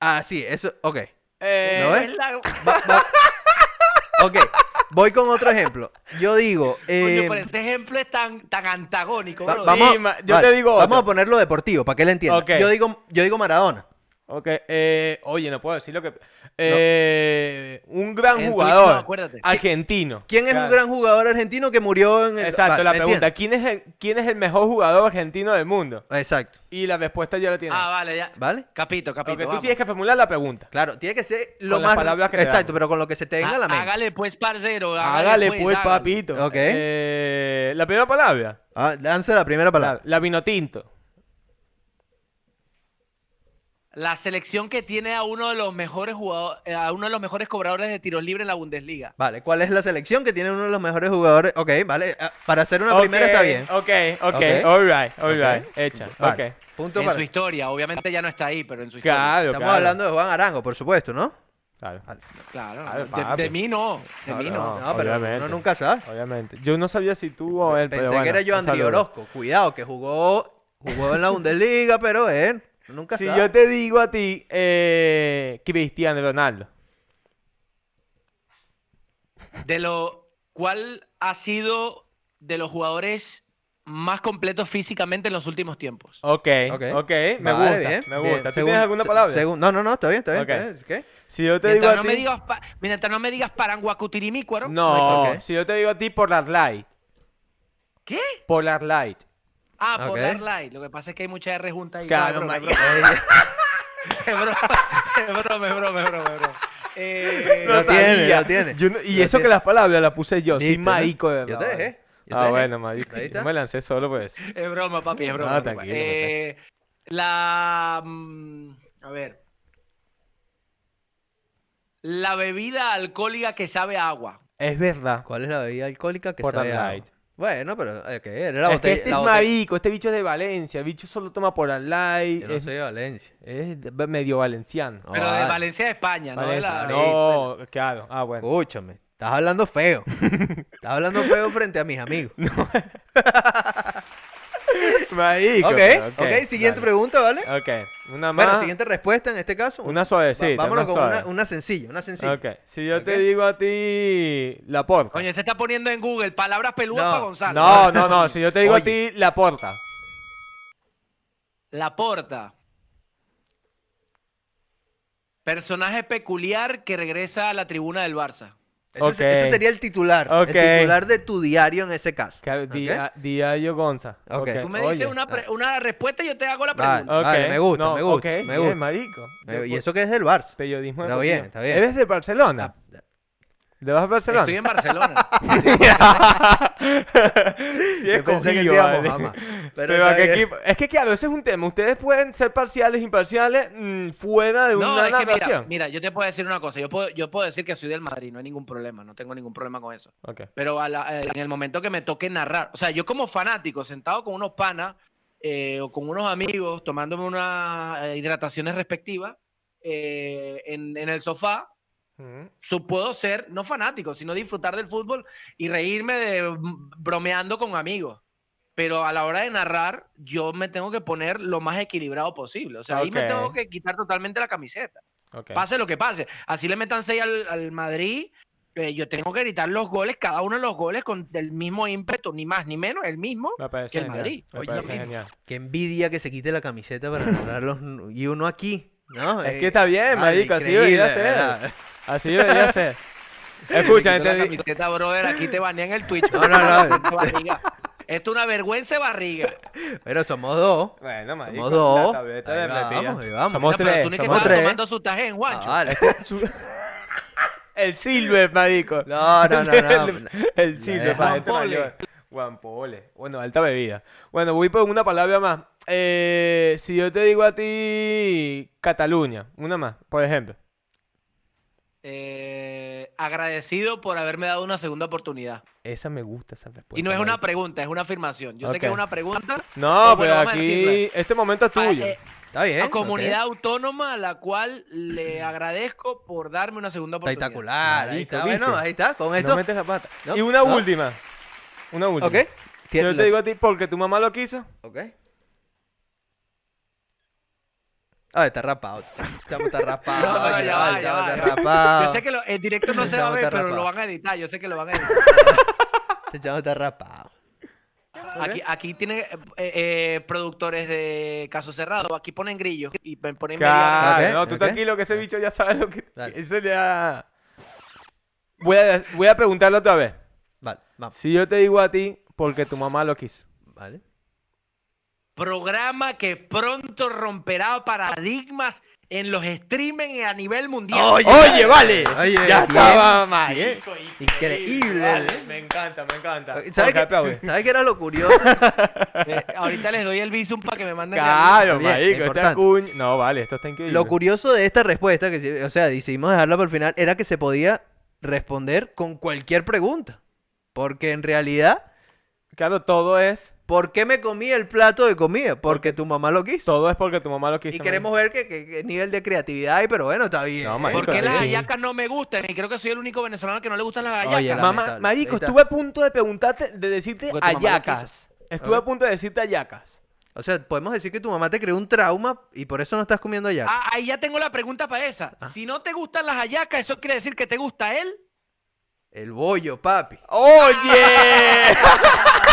ah, sí, eso, ok. Eh, ¿No ves? Es la- Va- va- Ok, voy con otro ejemplo. Yo digo. Coño, eh, pero ese ejemplo es tan, tan antagónico, va- bro. vamos, Sí, ma- yo te digo vamos otro. a ponerlo deportivo para que él entienda. Ok. Yo, digo, yo digo Maradona. Ok, eh, oye, no puedo decir lo que... Eh, Un gran En Twitch no, jugador acuérdate. argentino. ¿Quién es un Claro. gran Ah, jugador argentino que murió en el. Exacto, Vale, la ¿me pregunta, entiendes? ¿quién es, el, ¿quién es el mejor jugador argentino del mundo? Exacto. Y la respuesta ya la tienes. Ah, vale, ya. ¿Vale? Capito, capito. Porque tú vamos. tienes que formular la pregunta. Claro, tiene que ser lo Con las más. palabras que le Exacto, damos. pero con lo que se te venga a la Há- mente. Hágale pues, parcero. Hágale pues, hágale. papito. Ok. Eh, la primera palabra. Ah, lanza la primera La, palabra. la vino tinto. La selección que tiene a uno de los mejores jugadores, eh, a uno de los mejores cobradores de tiros libres en la Bundesliga. Vale, ¿cuál es la selección que tiene uno de los mejores jugadores? Ok, vale. ah, Para hacer una primera está bien. Ok, ok, Ok. alright, Ok. alright. Hecha, Vale, ok. Punto En para. su historia, obviamente ya no está ahí, pero en su historia. Claro, Estamos claro, hablando de Juan Arango, por supuesto, ¿no? claro. Claro, Claro, de- de, papi. mí no, de mí no. no, pero obviamente. uno nunca sabe. Obviamente. Yo no sabía si tú o él, Pensé pero que bueno, era yo un Andri saludo. Orozco. Cuidado, que jugó, jugó en la Bundesliga, pero él nunca Si sabe. yo te digo a ti, eh, Cristiano Ronaldo. De lo cuál ha sido de los jugadores más completos físicamente en los últimos tiempos. Ok, Ok. ok, me Vale, gusta, bien, me bien. gusta. ¿Tú Según- tienes alguna se- palabra? según- no, no, no, está bien, está bien. Ok. está bien, ¿qué? Si yo te digo Mientras a no, ti... me digas pa- mientras no me digas paranguacutirimicuaro. No, Ok. si yo te digo a ti Polar Light. ¿Qué? Polar Light. Ah, Ok. Polar Light. Lo que pasa es que hay mucha R junta ahí. Claro, No, es broma, marica. es broma, es broma, es broma, es broma, es broma. Eh, Lo tiene, lo tiene, Yo no- y lo eso tiene. que las palabras las puse yo, soy Viste, ¿no? marico de Yo verdad. te vale. dejé. yo te Ah, dejé. bueno, marico. Ahí Yo está. me lancé solo pues. Es broma, papi, es broma. No, es broma. tranquilo, Eh, la. mm, A ver. La bebida alcohólica que sabe a agua. Es verdad. ¿Cuál es la bebida alcohólica que Portland sabe a agua? Light. Bueno, pero ok, era la es botella. que este la es botella- marico, este bicho es de Valencia, el bicho solo toma Polar Light. Yo no es, soy de Valencia. es de- medio valenciano. No, Pero de vale. Valencia de España, ¿no? de ah, Valencia. la- No, claro. Ah, bueno. Escúchame, estás hablando feo. estás hablando feo frente a mis amigos. Marico. Ok, pero ok, siguiente vale. pregunta, ¿vale? Ok, una más. Bueno, siguiente respuesta en este caso. Una Va- suavecita. una vámonos con suave. una, una sencilla, una sencilla. Ok, si yo Ok. te digo a ti la porta. Coño, se está poniendo en Google palabras peludas No, para Gonzalo. no, no, no, si yo te digo a Oye. ti la porta. La porta. Personaje peculiar que regresa a la tribuna del Barça. Ese, es- ese Ok. sería el titular. El Ok. titular de tu diario en ese caso. Ca- di- ¿ok? a- Diario Gonza. Ok. Tú me oye. ah. dices una, pre- una respuesta y yo te hago la Vale. pregunta. Vale, Ok, me gusta, no, me gusta, ok, me bien, gusta. marico. Eh, Y Yo- eso que es del Barça. Periodismo Pero deportivo. bien, está bien. Ah, ¿Eres de Barcelona? ¿De vas a Oh, Barcelona? Estoy en Barcelona. Sí, Yo pensé que escogido, sí iba a vale. Mohamed, pero Pero, está ¿a qué bien. equipo? Es que claro, ese es un tema. Ustedes pueden ser parciales, imparciales, mm, fuera de una No, es que mira, narración. mira, yo te puedo decir una cosa. Yo puedo, yo puedo decir que soy del Madrid, no hay ningún problema, no tengo ningún problema con eso. Ok. Pero a la- eh, en el momento que me toque narrar, o sea, yo como fanático, sentado con unos panas eh, o con unos amigos, tomándome unas eh, hidrataciones respectivas eh, en, en el sofá, Mm. su- puedo ser no fanático, sino disfrutar del fútbol y reírme de mm, bromeando con amigos. Pero a la hora de narrar, yo me tengo que poner lo más equilibrado posible. O sea, ahí me Ok. tengo que quitar totalmente la camiseta. Ok. Pase lo que pase. Así le metan 6 al, al Madrid. eh, yo tengo que gritar los goles, cada uno de los goles con el mismo ímpetu, ni más ni menos, el mismo. Me parece que el genial, Madrid. me Oye, parece mira. genial. Qué envidia que se quite la camiseta para nombrarlos y uno aquí. ¿no? Es Eh, que está bien, vale, marico, así increíble, debería ser. ¿verdad? Así debería ser. Me Escucha, quito la entendí. camiseta, brother, aquí te banean el Twitch. este No, no, no. Esto es una vergüenza de barriga. Pero somos dos. Bueno, marico, Somos dos. la tableta Ahí de vamos, repilla. ahí vamos. Somos No, pero tres, tú ni que somos estabas tres. tomando su taje en Ah, Juancho. vale. Su- El Silver, marico. No, no, no, no. El, el Silver, Juan para gente Pole. mayor. Juan Pole. Bueno, alta bebida. Bueno, voy por una palabra más. Eh, si yo te digo a ti Cataluña, una más, por ejemplo. Eh, agradecido por haberme dado una segunda oportunidad. Esa me gusta, esa respuesta. y no es una marico. pregunta, es una afirmación. Yo sé que Ok. es una pregunta. No, Ojo, pero no vamos a aquí, decirla. este momento es pa- tuyo. eh, Está bien. a ok. comunidad autónoma a la cual le agradezco por darme una segunda oportunidad. Espectacular. Ahí Marico, está. ¿viste? Bueno, ahí está. Con No esto. metes la pata. No, y una no. última. Una última. ok. Si Tien- yo te la- digo a ti porque tu mamá lo quiso. Ok. Ah, está rapado. Chamo, está rapado. No, no, ya chaval, va, ya chamo, va. está rapado. Yo sé que lo- el directo no se va a Vamos a ver, pero rapar. lo van a editar. Yo sé que lo van a editar. Este chamo está rapado. Aquí, aquí tiene eh, eh, productores de Caso Cerrado. Aquí ponen grillo y pen- ponen mediano. Claro, Ok, no, tú ok. tranquilo que ese bicho ya sabe lo que... Dale. Ese ya... Voy a, voy a preguntarle otra vez. Vale, vamos. Si yo te digo a ti, porque tu mamá lo quiso. Vale. Programa que pronto romperá paradigmas en los streaming a nivel mundial. Oye, vale. Oye, ya bien. estaba mal, ¿eh? Increíble. Eh, Vale, me encanta, me encanta. Jorge, ¿Sabes qué, aplaude. ¿Sabes qué era lo curioso? Eh, ahorita les doy el visum para que me manden. el- Claro, Bien, marico, importante. esta cuña... No, vale, esto está increíble. Lo curioso de esta respuesta, que, sí- o sea, decidimos dejarla para el final, era que se podía responder con cualquier pregunta. Porque en realidad, Claro, todo es... ¿por qué me comí el plato de comida? Porque tu mamá lo quiso. Todo es porque tu mamá lo quiso. Y marico. queremos ver qué, qué- qué nivel de creatividad hay, pero bueno, está bien. No, marico, Porque las sí. hallacas no me gustan y creo que soy el único venezolano que no le gustan las Oye, hallacas. la- Mamá, lamentable. marico, Ahí está. estuve a punto de preguntarte, de decirte Porque tu mamá lo ayacas. Estuve Ok. a punto de decirte ayacas. O sea, podemos decir que tu mamá te creó un trauma y por eso no estás comiendo allá. Ah, ahí ya tengo la pregunta para esa. Si no te gustan las hallacas, ¿eso quiere decir que te gusta él? El bollo, papi. ¡Oye!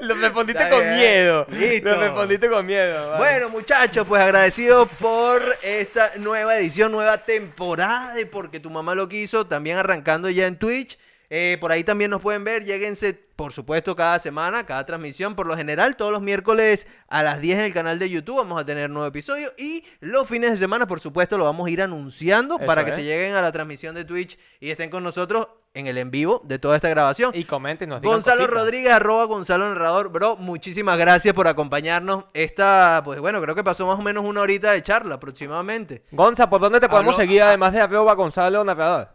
Lo respondiste Está con bien. miedo. Listo. Lo respondiste con miedo. vale. Bueno, muchachos, pues agradecidos por esta nueva edición, nueva temporada de Porque tu mamá lo quiso, también arrancando ya en Twitch. Eh, por ahí también nos pueden ver, lléguense, por supuesto, cada semana, cada transmisión, por lo general, todos los miércoles a las 10 en el canal de YouTube vamos a tener nuevo episodio y los fines de semana, por supuesto, lo vamos a ir anunciando Eso para que es. se lleguen a la transmisión de Twitch y estén con nosotros en el en vivo de toda esta grabación. Y coméntenos. digan Gonzalo cositas. Rodríguez, arroba Gonzalo Narrador. Bro, muchísimas gracias por acompañarnos. Esta, pues bueno, creo que pasó más o menos una horita de charla aproximadamente. Gonza, ¿por dónde te podemos Habló- seguir además de arroba Gonzalo Narrador?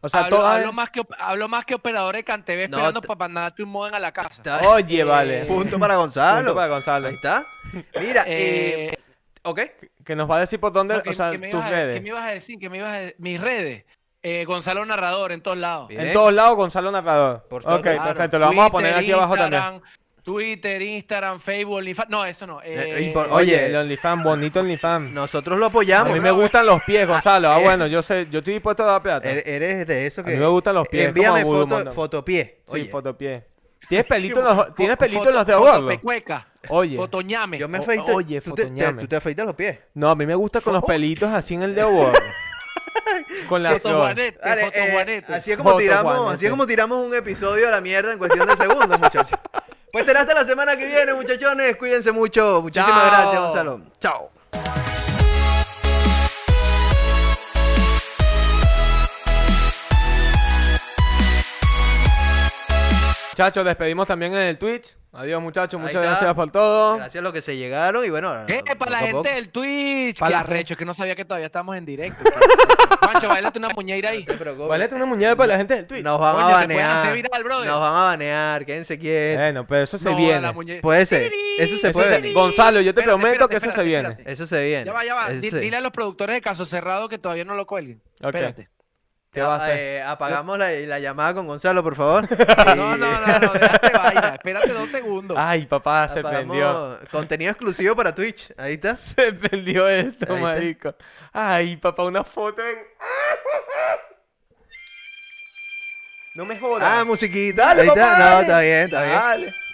O sea, hablo, todas- hablo más que, op- hablo más que operador de Cantv No, esperando te- para mandarte un modem a la casa. Está- Eh, Oye, vale. Punto para Gonzalo. Punto para Gonzalo. Ahí está. Mira, eh, Eh, ok. Que nos va a decir por dónde, no, que- o sea, que me tus ibas a- que redes. me ibas a decir? que me ibas a de- Mis redes. Eh, Gonzalo Narrador en todos lados. Bien. En todos lados, Gonzalo Narrador. Por todos ok, lados. perfecto. Lo vamos a poner Twitter, aquí abajo también. Instagram, Twitter, Instagram, Facebook, OnlyFans. No, eso no. Eh, eh, y por- Oye, Oye. el OnlyFans, bonito OnlyFans. Nosotros lo a apoyamos. mí me gustan los pies, Gonzalo. Ah, eh. bueno, yo sé, yo estoy dispuesto a dar plata. Eh, E- Eres de eso A que. mí me gustan los pies, Envíame como a Voodoo foto, Mondongo. fotopié. Sí, Oye, fotopié. ¿Tienes pelito en los, fo- ¿tienes pelito en foto- los dedos gordos? Fotopecueca. Oye. Fotoñame. yo me O- afeito. oye, tú, te, te, fotoñame. tú te afeitas los pies. No, a mí me gusta con los pelitos así en el dedo gordo. con la flor. Fotojuanete, Dale, eh, fotojuanete. así, es como tiramos, Fotojuanete. así es como tiramos un episodio a la mierda en cuestión de segundos, muchachos. Pues será hasta la semana que viene, muchachones. Cuídense mucho. Muchísimas Chao. gracias, Gonzalo. Chao. Muchachos, despedimos también en el Twitch. Adiós, muchachos. Ahí Muchas está. gracias por todo. Gracias a los que se llegaron y bueno. ¿Qué? Para eh, la poco a poco. gente del Twitch. Pa' Para la- arrecho, es que no sabía que todavía estamos en directo. pues. Pancho, bailate una muñeira ahí. No te preocupes. Vale, una muñeca para la gente del Twitch. Nos van Coño, a te pueden banear. hacer viral, brother. Nos van a banear. Quédense quietos. Bueno, pero eso se No, viene. la muñe- Puede ser. Eso se Eso puede. se- Gonzalo, yo te Espérate, prometo espérate, que eso se espérate, viene. espérate. Eso se viene. Ya va, ya va. Eso Di- se- Dile a los productores de Caso Cerrado que todavía no lo cuelguen. Ok. Espérate. ¿Qué va a hacer? Eh, apagamos la, la llamada con Gonzalo, por favor. No, no, Y- no, no, déjate vaina. Espérate dos segundos. Ay, papá, se apagamos prendió. Contenido exclusivo para Twitch. Ahí está. Se prendió Ahí esto, está. marico. Ay, papá, una foto en... No me jodas. Ah, musiquita. Dale, Ahí está. papá, No, dale. está bien, está bien. Dale.